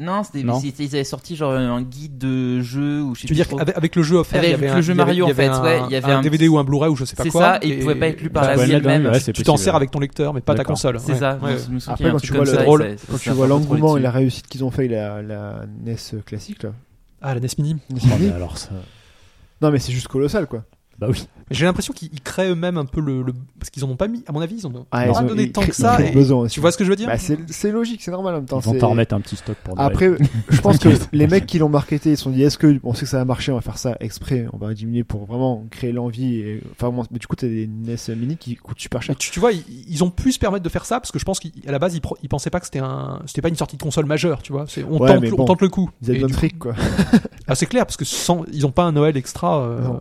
S4: Non, c'était-
S2: Non.
S4: c'était- ils avaient sorti genre un guide de jeu ou je sais
S3: Tu veux
S4: plus
S3: dire
S4: trop.
S3: qu'avec avec le jeu offert,
S4: Avec
S3: il y avait
S4: le
S3: un,
S4: jeu
S3: il y avait-
S4: Mario,
S3: il y avait
S4: en fait,
S3: un-
S4: ouais, il y avait
S3: un
S4: un
S3: DVD ou un Blu-ray ou je sais pas
S4: C'est
S3: quoi.
S4: ça, et il pouvait pas être lu par
S3: bah,
S4: la
S2: Ouais,
S4: Wii
S2: là,
S4: elle-même.
S2: ouais, c'est
S3: Tu t'en
S2: possible.
S3: sers avec ton lecteur, mais pas ta
S2: D'accord.
S3: console.
S4: C'est
S3: ouais,
S4: ça.
S3: ouais.
S4: je me souviens
S1: Après,
S4: qu'il y a un
S1: quand
S4: truc
S1: tu vois
S4: comme
S1: le-
S4: ça, et
S3: drôle,
S4: ça-
S1: Quand
S4: ça
S1: tu
S4: m'a
S1: vois
S4: pas trop
S1: l'engouement et
S4: dessus.
S1: la réussite qu'ils ont fait, la, la NES classique là.
S3: Ah, la NES Mini.
S2: Oh, mais alors ça.
S1: Non, mais c'est juste colossal quoi.
S2: Bah oui.
S3: J'ai l'impression qu'ils ils créent eux-mêmes un peu le, le- parce qu'ils en ont pas mis. À mon avis, ils en ont
S1: Ah,
S3: pas
S1: ils ont-
S3: donné
S1: ils
S3: tant
S1: cré-
S3: que ça.
S1: ils ont
S3: et-
S1: besoin aussi.
S3: Tu vois ce que je veux dire
S1: Bah, c'est c'est logique, c'est normal en même temps.
S2: Ils vont
S1: c'est-
S2: t'en remettre un petit stock pour Noël.
S1: Après, je pense que
S2: T'inquiète.
S1: les mecs qui l'ont marketé, ils se sont dit est-ce que on sait que ça va marcher, on va faire ça exprès, on va diminuer pour vraiment créer l'envie. Et... Enfin, bon, mais du coup, t'as des NES mini qui coûtent super
S3: Mais
S1: cher.
S3: tu, tu vois, ils, ils ont pu se permettre de faire ça parce que je pense qu'à la base, ils, pro- ils pensaient pas que c'était un, c'était pas une sortie de console majeure, tu vois. C'est, on,
S1: Ouais,
S3: tente,
S1: mais
S3: on
S1: bon.
S3: tente le coup.
S1: Ils avaient
S3: Et
S1: besoin
S3: du
S1: de fric, quoi.
S3: coup- Ah, c'est clair parce que sans, ils ont pas un Noël extra. euh,
S1: Non.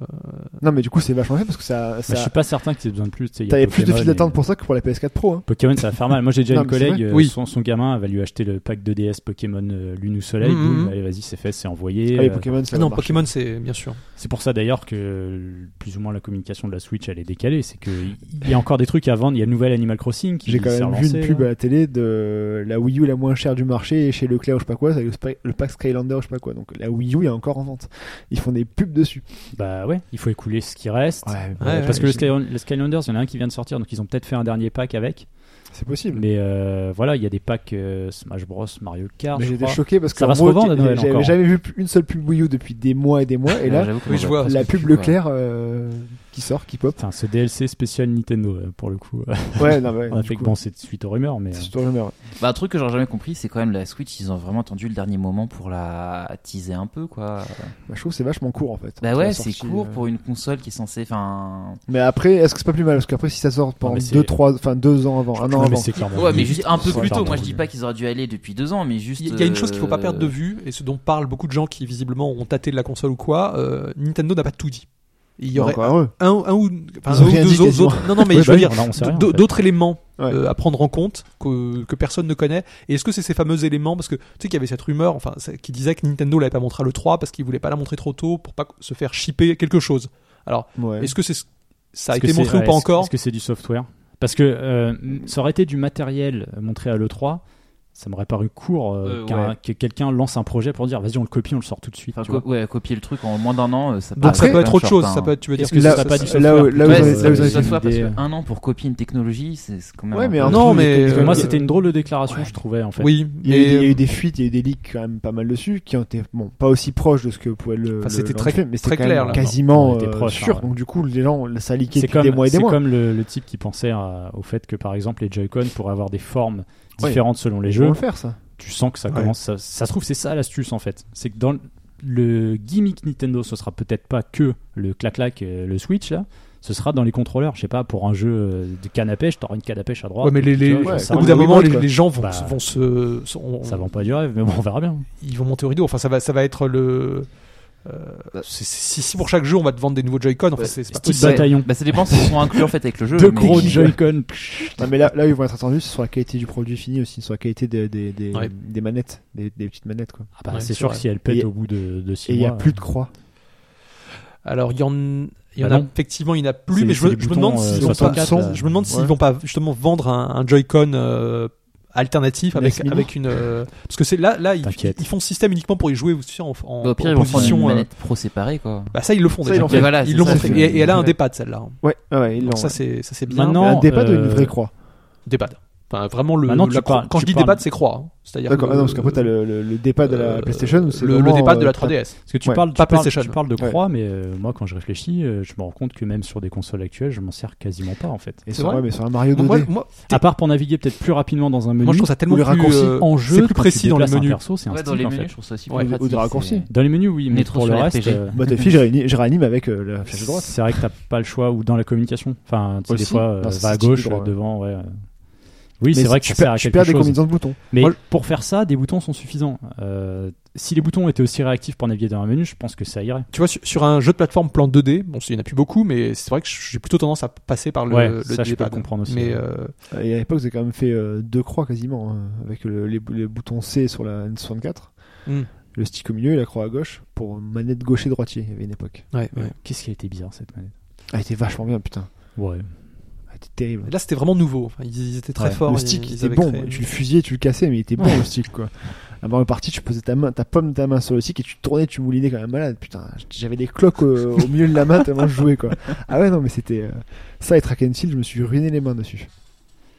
S1: Non, mais du du coup, c'est vachement fait parce que ça.
S2: Bah, je
S1: ça
S2: suis pas certain qu'ils aient besoin de plus. tu sais, il y a
S1: T'avais plus de
S2: Pokémon
S1: files
S2: et-
S1: d'attente pour ça que pour la PS4 Pro. Hein.
S2: Pokémon, ça va faire mal. Moi, j'ai déjà
S1: Non,
S2: une
S1: mais c'est
S2: collègue,
S1: vrai.
S2: euh,
S3: Oui.
S2: son, son gamin elle va lui acheter le pack 2DS Pokémon euh, Lune ou Soleil.
S3: Mhm.
S2: boum, allez, vas-y, c'est fait, c'est envoyé.
S1: Mm, Ah, les
S2: Euh,
S1: Pokémon, ça
S3: Ah
S1: va
S3: non,
S1: marcher.
S3: Pokémon, c'est bien sûr.
S2: c'est pour ça d'ailleurs que euh, plus ou moins la communication de la Switch, elle est décalée. C'est qu'il y a encore des trucs à vendre. Il y a le nouvel Animal Crossing qui
S1: J'ai quand
S2: s'est
S1: même vu
S2: relancé,
S1: une pub
S2: là.
S1: à la télé de la Wii U la moins chère du marché et chez Leclerc ou je sais pas quoi, c'est le, Sp- le pack Skylander ou je sais pas quoi. Donc la Wii U est encore en vente. Ils font des pubs dessus.
S2: Bah ouais, il faut écouler ce qui reste. Euh,
S3: Ouais,
S2: Parce que le,
S1: c'est-
S2: Sky- le Skylanders, il y en a un qui vient de sortir, donc ils ont peut-être fait un dernier pack avec.
S1: c'est possible.
S2: Mais euh, voilà, il y a des packs euh, Smash Bros, Mario Kart.
S1: Mais
S2: je
S1: j'étais
S2: crois.
S1: choqué parce que
S2: Ça va se
S1: moi,
S2: revendre à Noël encore.
S1: j'avais jamais vu une seule pub Wii U depuis des mois et des mois. Et là,
S3: Oui, je vois.
S1: la pub Leclerc euh, qui sort, qui pop.
S2: Putain, ce DLC spécial Nintendo, euh, pour le coup.
S1: Ouais, non, mais
S2: On a
S1: du
S2: fait que
S1: coup,
S2: bon, c'est suite aux rumeurs, mais. euh,
S1: c'est toujours le meilleur.
S4: Bah, un truc que j'aurais jamais compris, c'est quand même la Switch, ils ont vraiment attendu le dernier moment pour la teaser un peu, quoi.
S1: Bah, je trouve que c'est vachement court en fait.
S4: Bah
S1: entre
S4: ouais,
S1: la
S4: c'est
S1: sortie,
S4: court
S1: euh.
S4: pour une console qui est censée. Enfin.
S1: Mais après, est-ce que c'est pas plus mal Parce qu'après, si ça sort pendant
S2: mais c'est-
S1: 2 trois enfin 2 ans avant, un
S2: Non,
S1: an
S2: mais
S1: avant.
S2: c'est clairement
S4: Ouais, mais
S2: limite.
S4: juste un peu
S2: Ouais,
S4: plus tôt.
S2: pardon.
S4: Moi, je dis pas qu'ils auraient dû aller depuis deux ans, mais juste.
S3: Il y a une chose qu'il faut pas
S4: euh,
S3: perdre de vue, et ce dont parlent beaucoup de gens qui visiblement ont tâté de la console ou quoi, euh, Nintendo n'a pas tout dit. Il y aurait
S1: Encore heureux.
S3: un, un ou, enfin,
S1: Ils ont
S3: un ou
S1: rien dit
S3: deux autres,
S1: quasiment.
S3: autres- Non, non, mais
S2: Ouais,
S3: je
S2: bah
S3: veux
S2: oui,
S3: dire,
S2: on en sait rien, en
S3: d-
S2: fait.
S3: d'autres éléments
S1: Ouais.
S3: euh, à prendre en compte que, que personne ne connaît. Et est-ce que c'est ces fameux éléments Parce que tu sais qu'il y avait cette rumeur enfin, ça- qui disait que Nintendo l'avait pas montré à l'E3 parce qu'il voulait pas la montrer trop tôt pour pas se faire shipper quelque chose. Alors,
S1: Ouais.
S3: est-ce que c'est ça a
S2: Est-ce
S3: été
S2: que c'est-
S3: montré ou
S2: ouais,
S3: pas
S2: est-ce-
S3: encore
S2: Est-ce que c'est du software Parce que euh, ça aurait été du matériel euh, montré à l'E3, ça m'aurait paru court euh,
S4: Euh,
S2: qu'un-
S4: ouais.
S2: que quelqu'un lance un projet pour dire vas-y, on le copie, on le sort tout de suite.
S4: Enfin,
S2: tu
S4: co-
S2: vois.
S4: ouais, copier le truc en moins d'un an, euh, ça
S1: Donc
S4: paraît
S3: Donc ça
S1: après,
S3: peut être autre
S4: short,
S3: chose.
S4: hein.
S3: Ça peut être, tu veux dire
S2: Est-ce que
S1: là-
S2: ça n'a pas du
S1: là
S2: software
S1: où- là où
S2: plutôt
S4: Ouais,
S1: j'en ai-
S2: que,
S1: là où j'en ai
S2: euh,
S4: c'est
S1: fait
S4: soit
S1: une
S4: fois, parce
S2: idée,
S4: que
S2: euh.
S4: un an pour copier une technologie, c'est c'est quand même.
S1: Ouais,
S4: un
S1: mais
S4: peu-
S1: en
S3: Non,
S1: tout, il y a
S3: mais,
S1: quelques
S3: euh,
S2: Pour moi,
S1: années-
S2: c'était une drôle de déclaration, je trouvais, en fait.
S3: Oui,
S1: Il y, a eu, il y a
S3: mais euh,
S1: eu des fuites, il y a eu des leaks quand même pas mal dessus qui ont été bon pas aussi proches de ce que pouvait le.
S3: Enfin,
S1: le-
S3: c'était
S1: le
S3: très-
S1: film, mais c'était
S3: très
S1: quand
S3: clair,
S1: même
S3: là.
S2: On
S1: quasiment
S2: était
S1: euh,
S2: proche,
S1: sûr.
S2: hein, ouais.
S1: Donc du coup, les gens ça leakait
S2: C'est
S1: depuis des
S2: comme,
S1: mois et des
S2: c'est
S1: mois.
S2: comme le, le type qui pensait à- au fait que, par exemple, les Joy-Con pourraient avoir des formes
S1: Ouais.
S2: différentes selon les
S1: Ils vont
S2: jeux.
S1: le faire ça.
S2: Tu sens que ça
S3: Ouais.
S2: commence. Ça, ça se trouve, c'est ça l'astuce, en fait. C'est que dans le- le gimmick Nintendo, ce sera peut-être pas que le clac-clac, euh, le Switch, là. Ce sera dans les contrôleurs. Je sais pas, pour un jeu euh, de canne à pêche, t'auras une canne à pêche à droite.
S3: Ouais, mais les-
S2: tu
S3: les-
S2: vois, j'en
S1: ouais,
S2: sais
S3: au
S1: comme
S3: bout
S2: rien.
S3: d'un
S1: Remote,
S3: moment, les,
S1: quoi.
S3: les gens vont,
S2: Bah,
S3: se- vont se, sont-
S2: Ça vend pas du rêve, mais bon, on verra bien.
S3: ils vont monter au rideau. Enfin, ça va, ça va être le. euh, c'est- si, si pour chaque jeu on va te vendre des nouveaux Joy-Con, enfin,
S1: Ouais.
S3: c'est c'est pas
S2: Style
S3: possible.
S4: Bah, Ouais.
S2: bataillon.
S4: Bah, ça dépend s'ils sont inclus en fait avec le jeu.
S2: Deux
S4: mais-
S2: gros Joy-Con.
S1: Non, mais là, là, ils vont être attendus c'est sur la qualité du produit fini aussi, sur la qualité des, des, des,
S3: Ouais.
S1: des manettes, des, des petites manettes quoi.
S2: Ah bah,
S3: Ouais,
S2: c'est
S3: c'est
S2: sûr
S3: vrai.
S2: que si elle pète
S1: Et-
S2: au bout de, de six
S1: Et il y a
S2: mois,
S3: euh,
S1: plus de croix.
S3: Alors, il y en, il y en
S2: Bah
S3: a
S2: non.
S3: effectivement, il y en a plus,
S2: C'est-
S3: mais
S2: c'est
S3: je, me-
S2: les
S3: je me
S2: boutons,
S3: demande
S2: euh,
S3: s'ils vont pas,
S1: 64,
S2: là.
S3: je me demande s'ils
S1: Ouais.
S3: vont pas justement vendre un, un Joy-Con euh, alternatif avec
S1: Nice Mini.
S3: avec une euh, parce que c'est là là ils,
S2: T'inquiète.
S3: ils font système uniquement pour y jouer aussi en, en-
S4: Bah, au pire,
S3: en
S4: ils vont prendre
S3: position
S4: une
S3: euh,
S4: manette pro séparée, quoi.
S3: bah ça ils le font
S1: Ça,
S3: déjà
S1: ils l'ont fait.
S4: Voilà,
S3: ils
S4: Ah, c'est
S3: l'ont
S4: ça,
S3: montré
S4: c'est-
S3: et, et elle a un
S4: Ouais.
S3: dépad celle-là hein.
S1: Ouais, ouais, ils l'ont.
S3: Donc ça
S1: ouais.
S3: c'est ça c'est bien
S2: Maintenant,
S1: un dépad ou une
S2: euh,
S1: vraie croix.
S3: dépad enfin vraiment le
S2: Maintenant,
S3: la
S2: tu
S3: croix-
S2: parles-
S3: quand
S2: tu
S3: je dis
S2: parles-
S3: dépad c'est croix hein. c'est-à-dire
S1: D'accord.
S3: que-
S1: Ah non, parce qu'après t'as le, le, le dépad de la
S3: euh,
S1: PlayStation. c'est
S3: le, le
S1: vraiment,
S3: dépad de la
S1: euh,
S3: 3DS
S2: Parce que tu
S1: Ouais.
S2: parles,
S3: Pas
S2: tu parles,
S3: PlayStation.
S2: tu parles de
S1: Ouais.
S2: croix, mais euh, moi quand je réfléchis, euh, je me rends compte que même sur des consoles actuelles, je m'en sers quasiment pas en fait.
S1: Et
S3: C'est
S1: sur,
S3: vrai
S1: ouais, mais sur un Mario 2D.
S3: moi, moi,
S2: À part pour naviguer peut-être plus rapidement dans un menu,
S3: moi, je trouve ça tellement
S1: Ou les
S3: plus
S1: raccourcis
S3: euh,
S2: en jeu,
S3: c'est
S2: quand tu
S3: plus précis dans les
S2: déplaces un
S3: menus
S2: perso, c'est un
S4: Ouais, dans
S2: stick,
S4: les
S2: en
S4: menus,
S2: fait.
S4: je trouve ça aussi
S3: Ouais,
S4: plus
S1: ou
S4: pratique.
S1: des raccourcis.
S4: c'est-
S2: Dans les menus, oui, mais
S4: Métro
S2: pour
S4: sur
S2: le
S4: les
S2: reste,
S4: RPG.
S2: euh,
S1: Bah t'as fille, je réanime- je réanime avec euh, la flèche de droite.
S2: c'est vrai que t'as pas le choix ou dans la communication. Enfin, tu sais, des
S1: Aussi.
S2: fois, euh,
S1: Non, c'est
S2: va à
S1: stick du
S2: gauche,
S1: droit,
S2: euh,
S1: ouais.
S2: devant, ouais. euh. Oui,
S1: Mais
S2: c'est vrai que
S1: tu
S2: ça sert
S1: perds,
S2: à
S1: tu
S2: quelque
S1: perds des
S2: chose.
S1: combinaisons de boutons.
S2: Mais
S3: Moi, je-
S2: pour faire ça, des boutons sont suffisants. Euh, si les boutons étaient aussi réactifs pour naviguer dans un menu, je pense que ça irait.
S3: tu vois, sur, sur un jeu de plateforme plan 2D, bon, il n'y en a plus beaucoup, mais c'est vrai que j'ai plutôt tendance à passer par le,
S2: Ouais,
S3: le
S2: ça, je peux
S3: D-pad.
S2: le comprendre aussi.
S3: Mais euh,
S1: Euh, Et à l'époque, j'ai quand même fait euh, deux croix quasiment, hein, avec le, les, bou- les boutons C sur la N64,
S3: hmm,
S1: le stick au milieu et la croix à gauche pour manette gaucher droitier. Il y avait une époque. Ah,
S3: ouais, ouais.
S2: Qu'est-ce qui a été bizarre cette manette
S1: Elle était vachement bien, putain.
S2: Ouais.
S1: Elle était terrible.
S3: Là, c'était vraiment nouveau. Enfin, ils, ils étaient très
S2: Ouais.
S3: forts.
S1: le
S3: ils-
S1: stick,
S3: ils
S1: il était
S3: avaient
S1: bon.
S3: créé-
S1: Tu le fusillais, tu le cassais, mais il était bon le stick, quoi. Avant le parti, tu posais ta main, ta pomme de ta main sur le stick et tu tournais, tu moulinais quand même malade. Putain, j'avais des cloques euh, au milieu de la main tellement je jouais, quoi. Ah ouais, non, mais c'était. euh, Ça et Track and Field, je me suis ruiné les mains dessus.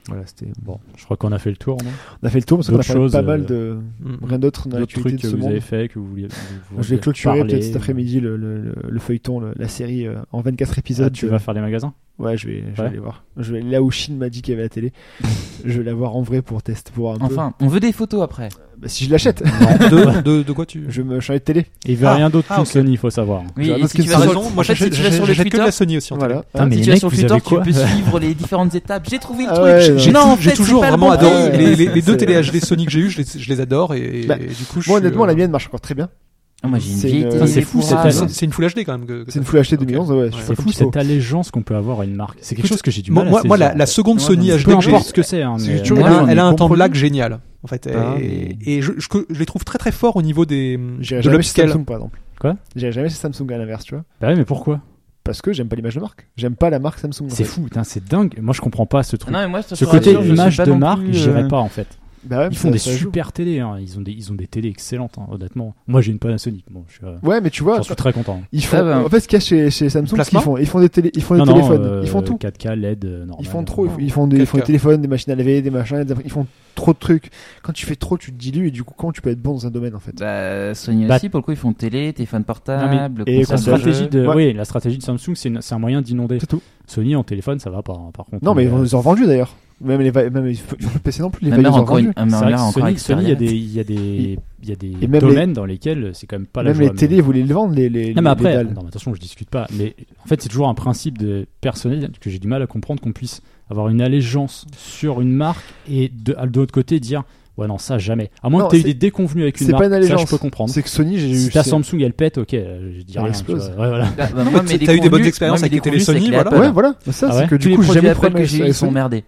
S1: Voilà, c'était.
S2: Bon, je crois qu'on a fait le tour. Non
S1: On a fait le tour parce qu'on a
S2: D'autres
S1: parlé
S2: choses,
S1: pas mal
S2: euh,
S1: de.
S3: Hmm.
S1: Rien d'autre dans
S2: D'autres
S1: l'actualité
S2: trucs
S1: de
S2: que
S1: ce
S2: vous
S1: monde.
S2: avez fait que vous vouliez. vous- vous
S1: Je vais
S2: vouliez
S1: clôturer
S2: parler.
S1: peut-être cet après-midi le, le- le- le feuilleton, le- la série euh, en 24 épisodes.
S2: Ah, tu vas faire les magasins
S1: Ouais, je vais, je vais
S2: Ouais.
S1: aller voir. Je vais, là où Shin m'a dit qu'il y avait la télé, je vais la voir en vrai pour tester, pour voir un
S4: Enfin, on veut des photos après.
S1: peu. Bah, si je l'achète,
S3: de, de, de quoi tu.
S1: je vais me changer de télé.
S2: Il veut
S3: Ah,
S2: rien d'autre
S3: ah,
S2: que
S3: ok.
S2: Sony, il faut savoir.
S4: Oui,
S1: J'ai un
S4: et
S1: autre
S4: si tu
S1: qui
S4: vas
S1: me
S4: raison,
S1: sort.
S4: moi, en fait, si tu vas sur le
S3: j'achète que de
S4: Twitter,
S3: la Sony aussi. en tout
S1: Voilà.
S2: Putain, mais
S4: si
S2: les
S4: tu vas
S2: mecs,
S4: sur
S2: vous
S4: Twitter,
S2: avez
S4: tu
S2: quoi
S4: peux suivre les différentes étapes. J'ai trouvé le
S1: Ah
S4: truc.
S1: ouais,
S3: cas.
S1: ouais.
S3: J'ai
S4: Non, en
S3: j'ai
S4: fait,
S3: toujours
S4: c'est pas
S3: vraiment
S4: le bon
S3: adoré
S1: prix.
S3: les, les- les deux
S1: C'est-
S3: télé HD Sony que j'ai eu, je les, je les adore et,
S1: Bah,
S3: et du coup je
S1: Moi,
S3: suis,
S1: honnêtement,
S3: euh,
S1: la mienne marche encore très bien.
S4: Ah, moi, j'ai une
S1: C'est
S4: vieille
S1: une-
S4: télé
S1: Ça,
S2: c'est
S4: des
S2: fou,
S4: fourrages.
S2: cette
S3: C'est
S2: année.
S3: c'est une Full HD quand même. que- que
S1: C'est une
S3: ça
S1: Full
S3: fait.
S1: HD
S3: Ok.
S1: 2011, ouais, je
S3: Ouais.
S1: sais
S2: C'est
S1: pas
S2: fou
S1: comme
S2: cette
S1: faut.
S2: allégeance qu'on peut avoir à une marque. C'est quelque
S3: Écoute,
S2: chose que j'ai du
S3: Moi,
S2: mal
S3: moi,
S2: à
S3: moi, la,
S2: saisir.
S3: la seconde
S4: Ouais,
S3: Sony
S4: non,
S3: HD
S2: peu
S3: que j'ai,
S2: importe ce que c'est. hein,
S3: c'est
S2: mais,
S3: que tu vois,
S4: Ouais,
S3: elle a-
S4: on
S3: elle,
S4: est
S3: a un temps de
S4: compris.
S3: lag génial. En fait, et,
S1: Bah.
S4: Ah, mais-
S3: et je, je- je les trouve très très forts au niveau des
S1: J'irai jamais
S3: de
S1: chez
S3: l'upscale.
S1: Samsung, par exemple.
S2: Quoi
S1: J'irai jamais chez Samsung à l'inverse, tu vois.
S2: Bah ouais, mais pourquoi
S1: Parce que j'aime pas l'image de marque. J'aime pas la marque Samsung. en
S2: C'est
S1: fait.
S2: fou, putain, c'est dingue. Moi, je comprends pas ce truc.
S4: Non, mais moi, je te
S2: Ce
S4: rassure,
S2: côté
S4: je suis
S2: image
S4: pas
S2: de
S4: non
S2: marque,
S4: plus,
S2: j'irais
S4: euh,
S2: pas en fait.
S1: Bah ouais, mais
S2: Ils font
S1: ça-
S2: des
S1: ça joue.
S2: super télés, hein. ils, ont des, ils ont des télés excellentes, hein, honnêtement. Moi j'ai une Panasonic, bon, je suis, euh,
S1: Ouais, mais tu vois,
S2: j'en suis très content.
S1: ils font.
S4: Ah bah.
S1: En fait, ce qu'il y a chez, chez Samsung, c'est
S3: Plasma
S1: qu'ils font, ils font des télé, ils font des
S2: Non, non,
S1: téléphones,
S2: euh,
S1: ils font tout.
S2: 4K, LED, euh, normal.
S1: Ils font trop, ils font-
S2: Non.
S1: ils font, des, ils font des
S3: 4K.
S1: téléphones, des machines à laver, des machins, des- ils font trop de trucs. Quand tu fais trop, tu te dilues et du coup, quand tu peux être bon dans un domaine en fait
S4: Bah, Sony
S2: Bah-
S4: aussi, pour le coup, ils font télé, téléphone portable,
S1: Et
S2: La
S4: console
S1: console
S4: de
S2: stratégie,
S4: jeu.
S2: de,
S1: Ouais.
S2: oui, la stratégie de Samsung, c'est une- c'est un moyen d'inonder.
S1: C'est tout.
S2: Sony en téléphone, ça va pas, hein, par contre.
S1: Non, mais ils
S2: euh,
S1: ont vendu d'ailleurs. Même les va- même les- le PC non plus, les
S4: Ma
S1: vaillants
S4: mère
S1: ont
S4: encore
S1: vendu.
S4: une, ma
S2: c'est vrai
S4: mère
S2: que
S4: a encore
S2: Sony, Sony, il y a des, il y a
S1: Et-
S2: des, il y a des
S1: et même
S2: domaines dans lesquels c'est quand même pas la
S1: Même
S2: joie,
S1: les
S2: mais-
S1: télés, ils voulaient le vendre, les, les,
S2: Non,
S1: les
S2: mais après,
S1: dalles.
S2: non, mais attention, je discute pas. Mais en fait, c'est toujours un principe de personnel que j'ai du mal à comprendre qu'on puisse avoir une allégeance sur une marque et de, de l'autre côté dire ouais non ça jamais. À moins
S1: Non,
S2: que tu aies eu
S1: c'est-
S2: des déconvenues avec une
S1: c'est pas
S2: marque,
S1: une
S2: ça
S1: allégeance.
S2: je peux comprendre.
S1: C'est que Sony, j'ai eu.
S2: Si ta
S1: c'est-
S2: Samsung elle pète, ok, euh, je dis
S1: Elle
S2: rien.
S1: explose.
S2: tu vois. Ouais, voilà.
S4: Ah, bah,
S3: En
S4: moi,
S3: fait, t'as eu
S4: mes
S3: des bonnes
S4: déconvenues-
S3: expériences
S4: moi,
S3: avec
S4: mes
S3: les
S4: déconvenues,
S3: télé
S4: c'est
S3: Sony,
S4: que les
S3: voilà.
S1: Ouais,
S4: Apple.
S1: voilà. Bah, Ça,
S2: Ah
S1: c'est
S2: ouais
S1: que
S4: Tous
S1: du
S4: les
S1: coup, j'ai
S4: produits
S1: jamais
S4: Apple que
S1: problème
S4: j'ai eu,
S1: avec
S4: ils sont
S1: Sony.
S4: merdés.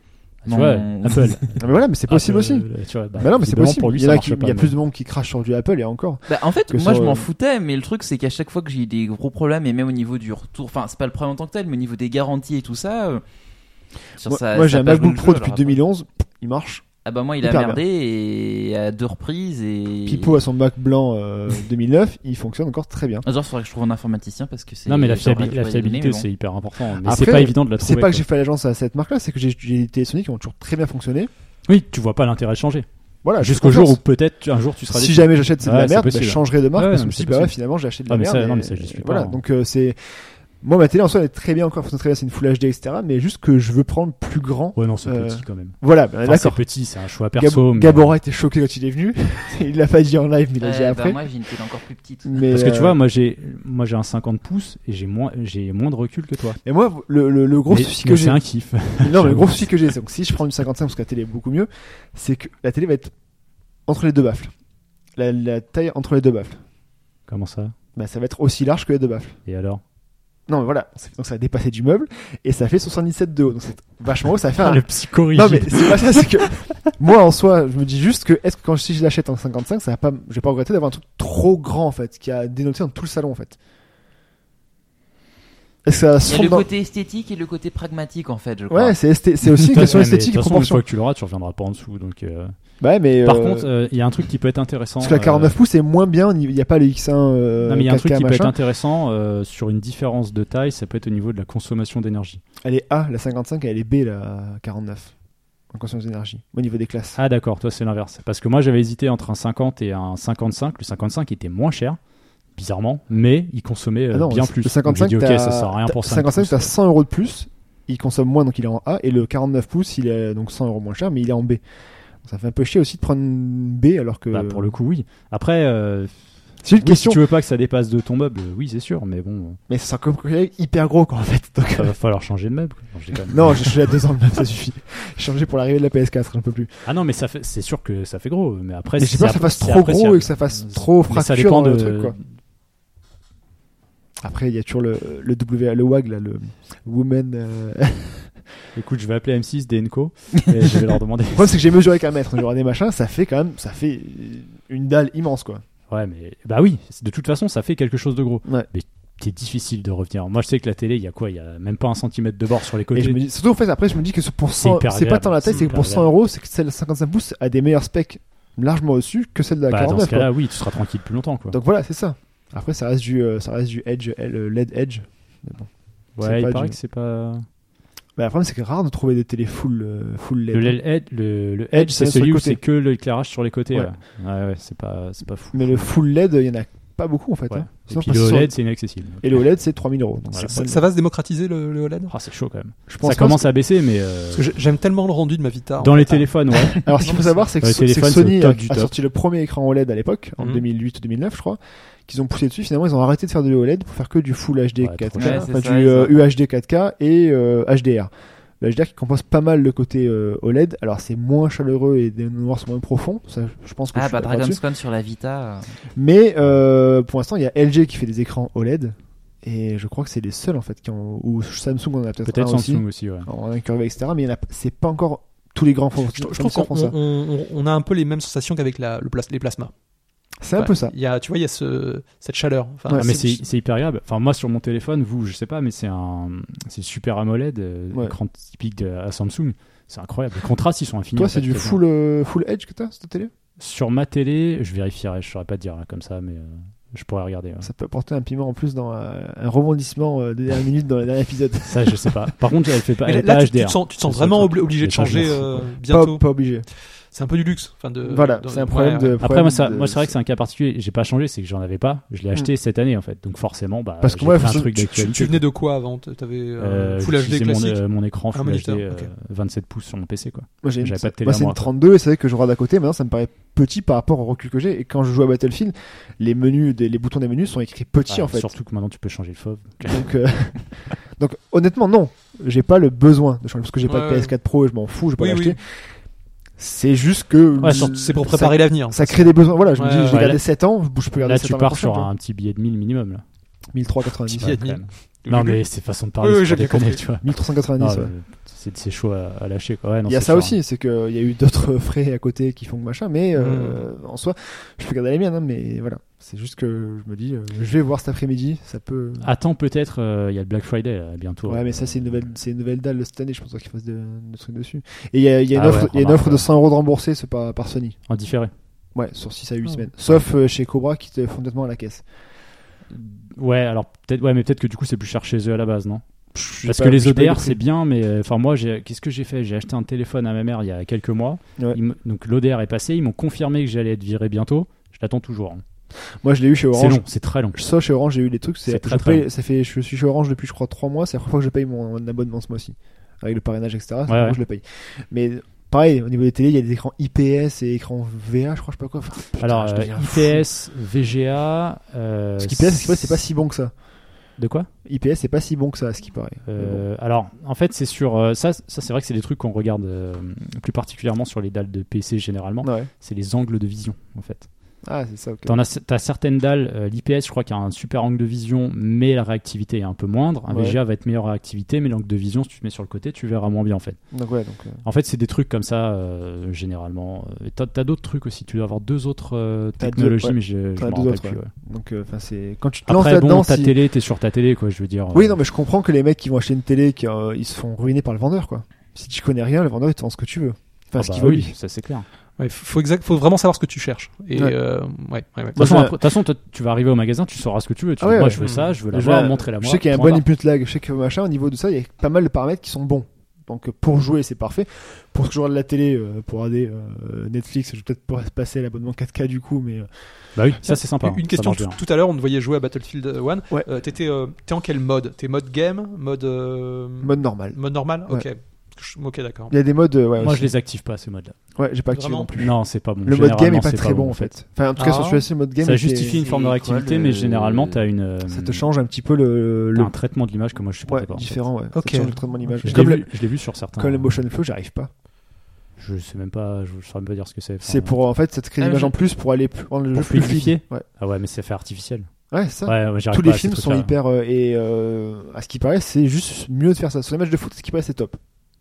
S2: Tu vois,
S4: Mon-
S2: Apple.
S1: Ah, mais voilà, mais c'est possible aussi.
S2: Euh, tu vois, bah,
S1: Bah non, mais c'est
S2: visiblement,
S1: possible.
S2: Pour lui,
S1: il y, en
S2: ça
S1: a
S2: marche
S1: qui-
S2: pas.
S1: il y a
S2: mais-
S1: plus de monde qui crache sur du Apple et encore.
S4: Bah, en fait,
S1: que
S4: moi
S1: sur,
S4: je m'en
S1: euh,
S4: foutais, mais le truc c'est qu'à chaque fois que j'ai eu des gros problèmes, et même au niveau du retour, enfin c'est pas le problème en tant que tel, mais au niveau des garanties et tout ça. euh, sur
S1: Moi,
S4: sa-
S1: moi,
S4: sa
S1: j'ai un
S4: page
S1: MacBook
S4: Google,
S1: Pro
S4: alors
S1: depuis
S4: après.
S1: 2011. Il marche.
S4: Ah bah moi il a
S1: Hyper
S4: merdé et à deux reprises et.
S1: Pipo a son Mac blanc euh, 2009. Il fonctionne encore très bien.
S4: Un jour, il faudrait que je trouve un informaticien parce que c'est.
S2: Non, mais la,
S4: j'aurais
S2: fiabi-
S4: pas
S2: la
S4: les
S2: fiabilité,
S4: données, mais bon.
S2: c'est hyper important. Mais
S1: Après,
S2: c'est pas évident de la
S1: C'est
S2: trouver.
S1: pas que
S2: quoi.
S1: j'ai fait l'agence à cette marque-là, c'est que j'ai j'ai des télé Sony qui ont toujours très bien fonctionné.
S2: Oui, tu vois pas l'intérêt de changer.
S1: Voilà. Ah, je
S2: Jusqu'au
S1: fais
S2: jour où
S1: confiance.
S2: peut-être tu- un jour tu seras.
S1: Si
S2: déçu.
S1: jamais j'achète c'est de
S2: Ouais,
S1: la
S2: c'est
S1: merde, bah,
S2: possible.
S1: je changerais de marque
S2: Ouais,
S1: parce que je
S2: non, mais
S1: me
S2: c'est
S1: suis dit, bah ouais,
S2: possible.
S1: finalement j'ai acheté de
S2: Ah,
S1: la
S2: mais
S1: merde.
S2: ça, non,
S1: et-
S2: mais ça, j'y suis pas,
S1: Voilà,
S2: hein.
S1: donc euh, c'est. Moi, ma télé en soi, elle est très bien encore, elle fonctionne très bien, c'est une Full HD, etc. Mais juste que je veux prendre plus grand.
S2: Ouais, non, c'est
S1: Euh,
S2: petit quand même.
S1: Voilà, bah,
S2: Enfin, c'est
S1: d'accord.
S2: petit, c'est un choix
S1: Gab-
S2: perso. mais-
S1: Gabora était choqué quand il est venu. il l'a pas dit en live, mais il l'a
S4: Ouais,
S1: dit
S4: bah,
S1: après.
S4: moi j'ai une télé encore plus petite.
S1: Mais,
S2: Parce que tu
S1: euh,
S2: vois, moi j'ai, moi j'ai un 50 pouces et j'ai moins, j'ai moins de recul que toi.
S1: mais moi, le, le, le gros
S2: mais,
S1: souci
S2: mais
S1: que
S2: c'est
S1: j'ai,
S2: un kiff.
S1: non, mais le gros
S2: J'avoue.
S1: souci que j'ai, c'est que si je prends une 55 parce que la télé est beaucoup mieux, c'est que la télé va être entre les deux baffles. La, la taille entre les deux baffles.
S2: Comment ça
S1: Bah, ça va être aussi large que les deux baffles.
S2: Et alors
S1: Non, mais voilà, Ça fait- donc ça a dépassé du meuble et ça fait 77 de haut. Donc c'est vachement haut, ça fait un.
S2: Le psychorigide.
S1: Ah. Non, mais c'est pas ça, c'est que moi en soi, je me dis juste que est-ce que quand je- si je l'achète en 55, ça va pas, je vais pas regretter d'avoir un truc trop grand en fait, qui a dénoté dans tout le salon en fait. Est-ce que ça va se
S4: Il y a le
S1: fondre dans-
S4: côté esthétique et le côté pragmatique en fait, je crois.
S1: Ouais, c'est esthé- c'est aussi une
S2: Ouais,
S1: question
S2: mais
S1: esthétique
S2: de
S1: et
S2: toute façon, une
S1: proportion.
S2: fois que tu l'auras, tu reviendras pas en dessous. Donc, euh,
S1: Bah ouais, mais
S2: Par
S1: euh,
S2: contre, euh, il y a un truc qui peut être intéressant.
S1: parce que la
S2: euh,
S1: 49 pouces est moins bien, il n'y a pas le X1 euh,
S2: non, mais il y a un
S1: 4K,
S2: truc qui peut être
S1: machin.
S2: intéressant euh, sur une différence de taille, ça peut être au niveau de la consommation d'énergie.
S1: Elle est A la 55 et elle est B la 49 en conscience d'énergie au niveau des classes.
S2: Ah d'accord, toi c'est l'inverse. Parce que moi j'avais hésité entre un 50 et un 55. Le 55 était moins cher, bizarrement, mais il consommait euh,
S1: Ah non,
S2: bien
S1: le-
S2: plus.
S1: Le
S2: Donc, j'ai
S1: 55,
S2: dit ok,
S1: t'as-
S2: ça sert à rien
S1: t'as-
S2: pour ça.
S1: 55, t'as 100 euros de plus. Il consomme moins, donc il est en A. Et le 49 pouces, il est donc 100 euros moins cher, mais il est en B. Donc, ça fait un peu chier aussi de prendre une B alors que.
S2: Bah, pour le coup, oui. Après, euh,
S1: C'est une
S2: oui, si
S1: question.
S2: tu veux pas que ça dépasse de ton meuble, euh, oui, c'est sûr, mais bon,
S1: Mais ça sera comme hyper gros, quoi, en fait. Donc, euh,
S2: ça va falloir changer de meuble. quoi. Non, je déconne.
S1: non, je suis à 2 ans de même, ça suffit. J'ai changé pour l'arrivée de la PS4, j'en peux plus.
S2: Ah non, mais ça fait, c'est sûr que ça fait gros. Mais après,
S1: Mais j'ai
S2: c'est
S1: peur que
S2: app-
S1: ça fasse
S2: c'est
S1: trop
S2: appréciable.
S1: gros et que ça fasse trop
S2: Mais ça
S1: fracture
S2: dépend
S1: dans
S2: de.
S1: le truc, quoi. Après, il y a toujours le, le W, le WAG, là, le Woman. euh, Le
S2: Écoute, je vais appeler M6 Denko et je vais leur demander.
S1: problème, c'est que j'ai mesuré qu'un mètre. J'aurais des machins, ça fait quand même, ça fait une dalle immense, quoi.
S2: Ouais, mais bah oui, c'est- de toute façon, ça fait quelque chose de gros.
S1: Ouais.
S2: Mais c'est difficile de revenir. Moi, je sais que la télé, il y a quoi Il y a même pas un centimètre de bord sur les
S1: Et
S2: côtés.
S1: je me dis, surtout en fait, après, je me dis que ce pour
S2: C'est
S1: 100
S2: hyper
S1: c'est pas
S2: agréable.
S1: tant la taille,
S2: C'est
S1: c'est que pour
S2: hyper
S1: 100 euros, c'est que celle de 55 pouces a des meilleurs specs largement au-dessus que celle de la
S2: bah, dans
S1: 49.
S2: ce
S1: quoi.
S2: cas-là, oui, tu seras tranquille plus longtemps, quoi.
S1: Donc voilà, c'est ça. Après, ça reste du, euh, ça reste du Edge, L- euh, LED Edge. c'est
S2: ouais, il
S1: pas
S2: paraît
S1: du-
S2: que c'est pas.
S1: Bah, le problème, c'est que rare de trouver des télé full, euh, full LED.
S2: Le, le Edge, le- le
S1: Edge,
S2: edge, c'est
S1: c'est sur
S2: celui
S1: le
S2: où
S1: côté.
S2: c'est que l'éclairage sur les côtés. Ouais,
S1: Ouais.
S2: ouais, ouais, c'est pas, c'est pas fou.
S1: Mais le full LED, il y en a pas beaucoup en fait.
S2: Ouais.
S1: hein.
S2: Et
S1: Sinon,
S2: puis
S1: parce
S2: le E
S1: que sur-
S2: OLED, c'est inaccessible.
S1: Et le E OLED, c'est 3000 euros. Donc,
S2: Voilà.
S1: c'est
S3: Ça,
S1: pas-
S3: ça va se démocratiser le, le OLED
S2: Ah, c'est chaud quand même.
S1: je pense
S2: Ça
S1: pas,
S2: commence à baisser, mais euh,
S3: Parce que j'ai- j'aime tellement le rendu de ma Vita. en
S2: dans
S3: fait.
S2: les téléphones, ouais.
S1: parce que- Alors, ce qu'il faut savoir, c'est que,
S2: Dans les
S1: c'est que
S2: téléphones, c'est
S1: Sony
S2: au
S1: a,
S2: top du
S1: a
S2: top.
S1: sorti le premier écran OLED à l'époque, en
S3: Mhm.
S1: 2008 ou 2009, je crois, qu'ils ont poussé dessus. Finalement, ils ont arrêté de E faire de l'OLED pour faire que du euh, full HD
S2: Ouais, trop
S1: 4K,
S4: cher. Ouais, c'est
S1: enfin,
S4: ça,
S1: du
S4: ils ont-
S1: euh, UHD 4K et euh, HDR. Là, je dirais qu'il compense pas mal le côté euh, OLED. Alors, c'est moins chaleureux et des noirs sont moins profonds. Ça, je pense que je
S4: Ah
S1: suis
S4: bah
S1: d'accord
S4: Dragon's
S1: là-dessus.
S4: Con sur la Vita. euh,
S1: Mais euh, pour l'instant, il y a LG qui fait des écrans OLED. Et je crois que c'est les seuls en fait qui ont. Ou Samsung en a peut-être
S2: Peut-être
S1: un aussi,
S2: Samsung aussi, ouais. Ah,
S1: en incurvé, etc. Mais il y en a- c'est pas encore tous les grands fonds.
S3: Je, je trouve qu'on
S1: ça.
S3: on- on- on a un peu les mêmes sensations qu'avec la- le plas- les plasmas.
S1: C'est un peu ça.
S3: Il y a, tu vois, il y a ce- cette chaleur. Enfin,
S1: Ouais,
S2: Ah, mais c'est c'est hyper agréable. Enfin, moi sur mon téléphone, vous, je sais pas, mais c'est un c'est super AMOLED, euh,
S1: Ouais.
S2: écran typique de à Samsung. C'est incroyable. Les contrastes, ils sont infinis.
S1: Toi,
S2: en
S1: c'est
S2: fait,
S1: du
S2: quasiment.
S1: full, euh, full edge que t'as sur ta télé
S2: Sur ma télé, je vérifierai, je saurais pas te dire hein, comme ça, mais euh, je pourrais regarder. ouais.
S1: Ça peut apporter un piment en plus dans euh, un rebondissement euh, des dernières minutes dans le dernier épisode.
S2: Ça, je sais pas. Par contre, elle fait pas,
S3: Mais
S2: elle
S3: là,
S2: est pas
S3: tu, tu
S2: HDR.
S3: te sens, tu te sens
S2: C'est
S3: vraiment
S2: ça, toi.
S3: obli- obligé de
S2: Mais ça, je
S3: changer
S2: m'en fous,
S3: euh,
S2: quoi.
S1: Pas,
S3: bientôt.
S1: pas obligé.
S3: C'est un peu du luxe. Enfin, de,
S1: voilà,
S3: dans-
S1: c'est un
S3: ouais,
S1: problème
S3: ouais.
S1: de.
S2: Après, moi, ça,
S1: problème
S2: moi, c'est vrai
S1: de-
S2: que c'est un cas particulier. J'ai pas changé, c'est que j'en avais pas. Je l'ai acheté cette année, en fait. Donc, forcément, bah,
S1: Parce que
S2: j'ai
S1: moi,
S2: fait un
S1: faut-
S2: truc
S3: Tu, tu-
S2: d'actualité.
S3: tu venais de quoi avant T'avais euh,
S2: Euh,
S3: Full HD
S2: j'utilisais mon,
S3: classique Ah,
S2: euh, mon écran Full HD
S3: moniteur,
S2: euh,
S3: ok.
S2: 27 pouces sur mon PC, quoi.
S1: Moi, j'ai une-
S2: J'avais pas de télé
S1: moi,
S2: à
S1: c'est
S2: moi,
S1: une
S2: quoi.
S1: 32 et c'est vrai que je regarde à côté. Maintenant, ça me paraît petit par rapport au recul que j'ai. Et quand je joue à Battlefield, les menus, des- les boutons des menus sont écrits petits
S2: Ah,
S1: en fait.
S2: Surtout que maintenant, tu peux changer le FOV.
S1: Donc, euh, donc honnêtement, non, j'ai pas le besoin de changer parce que j'ai pas de
S3: Ouais, ouais.
S1: PS4 Pro et je m'en fous, je peux
S3: Oui,
S1: l'acheter.
S3: oui.
S1: C'est juste que
S2: Ouais,
S1: je-
S2: surtout,
S3: C'est pour
S1: ça-
S3: préparer l'avenir.
S1: Ça, crée des besoins. Voilà, je me
S3: Ouais,
S1: dis,
S3: ouais.
S1: j'ai gardé 7 ans, je peux garder
S2: Là,
S1: 7
S2: tu
S1: ans.
S2: pars
S1: prochaine,
S2: sur
S1: quoi.
S2: un petit billet de 1000 minimum, là.
S1: 1390.
S3: Petit-
S1: ouais.
S2: Ouais,
S3: de
S2: quand
S3: mille.
S2: même. Non, mais c'est façon de parler.
S3: Oui, oui,
S2: c'est
S3: j'ai
S2: pour déconner,
S3: bien compris.
S2: tu vois. Non,
S1: 1390. ouais.
S2: euh, C'est c'est chaud à, à lâcher, quoi. Ouais, non,
S1: Il y a
S2: c'est
S1: ça
S2: sûr, hein.
S1: aussi, c'est qu'il y a eu d'autres frais à côté qui font que machin, mais euh, en soi, je peux garder les miennes, hein, mais voilà. C'est juste que je me dis, euh, je vais voir cet après-midi, ça peut.
S2: hein. Attends, peut-être, euh, il y a le Black Friday, là, bientôt.
S1: Ouais, mais ça, c'est une nouvelle, c'est une nouvelle dalle de cette année, je pense pas qu'ils fassent de, de trucs dessus. Et il y a, il y a une
S2: Ah
S1: offre,
S2: ouais,
S1: il y a une
S2: remarque,
S1: offre de
S2: ouais.
S1: 100 euros de remboursé c'est par, par Sony.
S2: En différé.
S1: Ouais, sur 6 à 8
S3: Ah.
S1: semaines. Sauf euh, chez Cobra qui te font nettement à la caisse.
S2: Ouais, alors peut-être, ouais, mais peut-être que du coup c'est plus cher chez eux à la base, non
S1: J'ai
S2: Parce
S1: pas-
S2: que les
S1: j'ai pas eu
S2: ODR
S1: prix.
S2: c'est bien, mais euh, enfin moi, j'ai- qu'est-ce que j'ai fait J'ai acheté un téléphone à ma mère il y a quelques mois.
S1: Ouais.
S2: Ils me- donc l'ODR est passé, ils m'ont confirmé que j'allais être viré bientôt. Je l'attends toujours. hein.
S1: Moi, je l'ai eu chez
S2: C'est
S1: Orange.
S2: long, c'est très long.
S1: Ça, chez Orange, j'ai eu les trucs. C'est,
S2: C'est
S1: je
S2: très, très
S1: paye-
S2: long.
S1: ça fait, je suis chez Orange depuis, je crois, 3 mois. C'est la première fois que je paye mon, abonnement ce mois-ci. Avec le parrainage, etc. c'est
S2: Ouais,
S1: bon,
S2: ouais.
S1: je le paye. Mais pareil, au niveau des télés, il y a des écrans IPS et écrans VA, je crois, je sais pas quoi. Enfin, putain,
S2: alors
S1: je
S2: euh,
S1: deviens fou.
S2: IPS, VGA. euh,
S1: Parce qu'IPS, c'est pas- c'est pas si bon que ça.
S2: De quoi
S1: IPS, c'est pas si bon que ça, à ce qui paraît. Mais bon.
S2: Euh, Alors, en fait, c'est sur euh, ça. Ça, c'est vrai que c'est des trucs qu'on regarde euh, plus particulièrement sur les dalles de PC généralement.
S1: Ouais.
S2: C'est les angles de vision, en fait.
S1: Ah, c'est ça, ok.
S2: T'en as, t'as certaines dalles, euh, l'IPS je crois qu'il y a un super angle de vision, mais la réactivité est un peu moindre. Un
S1: Ouais.
S2: VGA va être meilleure réactivité, mais l'angle de vision, si tu te mets sur le côté, tu verras moins bien en fait.
S1: Donc, ouais, donc, euh,
S2: En fait, c'est des trucs comme ça, euh, généralement. Et T'as, t'as d'autres trucs aussi, tu dois avoir deux autres euh,
S1: T'as deux,
S2: technologies,
S1: ouais.
S2: mais je, je
S1: T'en as
S2: m'en
S1: deux
S2: rappelle
S1: autres,
S2: plus.
S1: ouais.
S2: ouais.
S1: donc, euh, enfin, c'est quand tu te lances
S2: Après, bon,
S1: là-dedans,
S2: ta
S1: si-
S2: télé, t'es sur ta télé, quoi, je veux dire. euh, ah
S1: Oui, non, mais je comprends que les mecs qui vont acheter une télé, qui, euh, ils se font ruiner par le vendeur, quoi. Si tu connais rien, le vendeur, il te vend ce que tu veux. Enfin, ce qu'il veut,
S2: Ah bah oui,
S1: lui.
S2: ça c'est clair.
S3: Ouais, faut, exact, faut vraiment savoir ce que tu cherches. Et
S1: Ouais.
S3: euh, ouais, ouais, ouais.
S2: De toute façon,
S1: j'ai-
S2: après- de toute façon, toi, tu vas arriver au magasin, tu sauras ce que tu veux. Tu
S1: Ah
S2: dis,
S1: ouais,
S2: moi,
S1: ouais.
S2: je veux ça, je veux la
S1: Je
S2: voir,
S1: vois-
S2: montrer-la Ah, moi.
S1: Je sais qu'il y a un
S2: prends-la.
S1: bon input lag, je sais que machin, au niveau de ça, il y a pas mal de paramètres qui sont bons. Donc euh, pour jouer, c'est parfait. Pour ce que je regarde la télé, euh, pour regarder euh, Netflix, je vais peut-être pas passer à l'abonnement 4K du coup, mais euh,
S2: Bah oui, ça c'est sympa. hein,
S3: Une
S2: ça
S3: question
S2: marche
S3: tout,
S2: bien.
S3: tout à l'heure, on te voyait jouer à Battlefield 1.
S1: Ouais.
S3: t'étais, euh, t'es en quel mode T'es mode game Mode. euh,
S1: mode normal.
S3: mode normal
S1: Ouais.
S3: Ok. Je- Ok, d'accord.
S1: Il y a des modes, euh, ouais,
S2: Moi,
S1: aussi.
S2: je les active pas ces modes-là.
S1: ouais, j'ai pas activé
S3: Vraiment
S1: non plus.
S2: Non, c'est pas bon.
S1: Le mode game
S2: Généralement,
S1: est pas
S2: c'est
S1: très bon en fait. Enfin, en tout cas,
S3: Ah.
S1: sur celui-ci, le mode game,
S2: ça
S1: était- euh,
S2: justifie une
S4: c'est
S2: forme de
S4: quoi
S2: réactivité,
S4: le-
S2: mais généralement, tu as une. euh,
S1: ça te change un petit peu le,
S2: t'as
S1: le...
S2: un traitement de l'image que moi je supporte
S1: ouais,
S2: Ah, pas. en fait.
S1: différent, ouais. Ça
S3: Ok.
S1: te change le traitement de l'image.
S2: Je l'ai
S1: Comme,
S2: vu,
S1: le-
S2: je l'ai vu sur certains. euh,
S1: comme le motion flow, j'arrive pas.
S2: Je sais même pas, je, je saurais même pas dire ce que c'est. Enfin,
S1: C'est pour en fait, ça te crée
S4: Ah,
S1: une image
S4: je-
S1: en plus pour aller plus rendre le
S2: Pour
S1: jeu plus fluide.
S2: fluidifier.
S1: Ouais,
S2: Ah ouais, mais c'est fait artificiel.
S1: ouais, c'est ça.
S2: Ouais, ouais, j'arrive
S1: tous
S2: pas
S1: les
S2: à ces
S1: films sont
S2: trucs-là.
S1: hyper euh, et euh, à ce qui paraît c'est juste mieux de faire ça sur les matchs de foot à ce qui paraît c'est top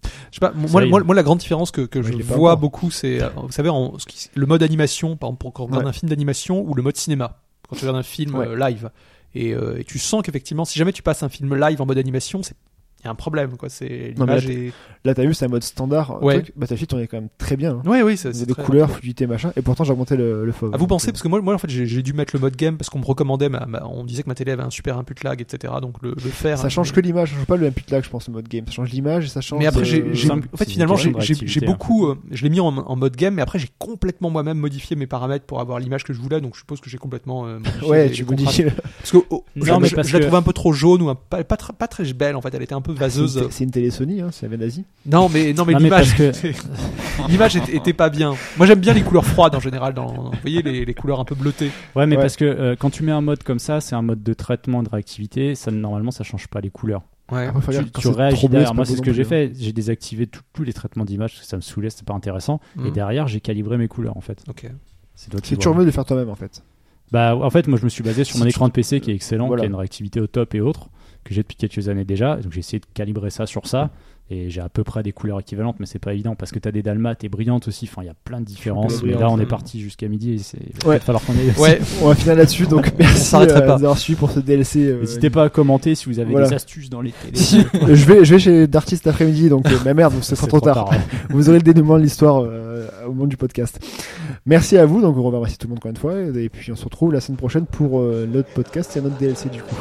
S3: Je sais pas,
S2: Ça
S3: moi,
S2: y est.
S3: moi, moi, la grande différence que, que
S1: Ouais,
S3: je
S1: il est pas
S3: vois
S1: encore.
S3: beaucoup, c'est, euh, vous savez, en- ce qui- le mode animation, par exemple, pour quand on regarde
S1: Ouais.
S3: un film d'animation ou le mode cinéma, quand tu regardes un film
S1: Ouais.
S3: euh, live. Et, euh, et tu sens qu'effectivement, si jamais tu passes un film live en mode animation, c'est il y a un problème quoi c'est
S1: Non, mais là,
S3: l'image est
S1: là t'as vu c'est un mode standard euh,
S3: Ouais.
S1: truc. Battlefield on est quand même très bien hein.
S3: oui oui c'est
S1: Il y
S3: c'est
S1: a des
S3: très-
S1: couleurs fluidité machin et pourtant j'ai augmenté le, le fauve
S3: à vous
S1: Donc,
S3: pensez
S1: euh,
S3: parce que moi moi en fait j'ai j'ai dû mettre le mode game parce qu'on me recommandait ma- ma- on me disait que ma télé avait un super input lag etc donc le, le faire
S1: ça change que l'image ça change pas le input lag je pense le mode game ça change l'image et ça change
S3: euh, Mais après,
S1: euh,
S3: j'ai, j'ai-
S2: simple,
S3: en
S2: c'est
S3: fait,
S2: une
S3: finalement, j'ai,
S2: question de
S3: j'ai- j'ai
S2: réactivité, hein.
S3: beaucoup, euh, je l'ai mis en, en mode game, mais après, j'ai complètement moi-même modifié mes paramètres pour avoir l'image que je voulais, donc je suppose que j'ai complètement. euh, modifié
S1: ouais
S3: les-
S1: tu
S3: les
S1: modifies
S3: contrastes. Parce que oh,
S2: Non,
S3: je,
S2: mais
S3: je-
S2: parce
S3: je la
S2: que- Ah,
S3: trouvais un peu trop jaune ou un- pas, pas, tr- pas très belle en fait, elle était un peu vaseuse.
S1: c'est c'est une télé Sony hein, ça vient d'Asie
S3: Non, mais, non, mais
S2: Non, mais
S3: l'image,
S2: parce que-
S3: l'image était, était pas bien. Moi, j'aime bien les couleurs froides en général, dans, vous voyez, les, les couleurs un peu bleutées.
S2: Ouais, mais
S1: Ouais.
S2: parce que euh, quand tu mets un mode comme ça, c'est un mode de traitement de réactivité. Ça normalement, ça change pas les couleurs.
S3: Ouais.
S1: Après, faut
S2: tu,
S1: dire, quand
S2: tu
S1: c'est
S2: réagis
S1: trop bleu,
S2: derrière.
S1: pas
S2: Moi,
S1: beau
S2: c'est ce
S1: non
S2: que
S1: plus,
S2: j'ai
S1: hein.
S2: fait. J'ai désactivé tout- tous les traitements d'image parce que ça me saoulait, c'était pas intéressant.
S3: Mm.
S2: Et derrière, j'ai calibré mes couleurs en fait.
S3: Ok.
S2: C'est toi
S1: hein.
S2: qui
S1: C'est
S2: vois.
S1: toujours mieux de le faire toi-même en fait.
S2: Bah, en fait, moi, je me suis basé sur
S1: Si
S2: mon
S1: tu-
S2: écran de PC qui est excellent,
S1: Voilà.
S2: qui a une réactivité au top et autres, que j'ai depuis quelques années déjà. Donc, j'ai essayé de calibrer ça sur ça. Et j'ai à peu près des couleurs équivalentes, mais c'est pas évident parce que t'as des dalmates et brillantes aussi. Enfin, il y a plein de différences.
S1: suis
S2: Mais
S1: un peu
S2: là, on est
S3: brillante.
S2: parti jusqu'à midi et c'est il va
S1: Ouais.
S2: peut-être falloir qu'on aille aussi.
S3: Ouais,
S1: On va finir là-dessus, donc merci
S3: s'arrêtera
S1: euh,
S3: pas.
S1: d'avoir suivi pour ce DLC. euh,
S2: N'hésitez pas à commenter si vous avez
S1: Voilà.
S2: des astuces dans les télés.
S1: Si, je vais, je vais chez Dartiste après-midi, donc euh, ma merde, ce
S2: C'est hein.
S1: sera trop tard. Vous aurez le dénouement de l'histoire euh, au moment du podcast. Merci à vous, donc on remercie tout le monde encore une fois, et puis on se retrouve la semaine prochaine pour euh, notre podcast et notre DLC du coup.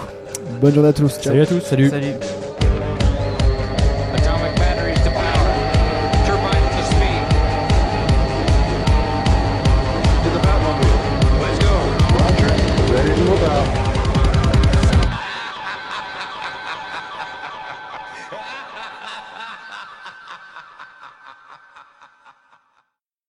S1: Bonne journée à tous. Ciao.
S2: Salut à tous.
S3: salut.
S4: Salut.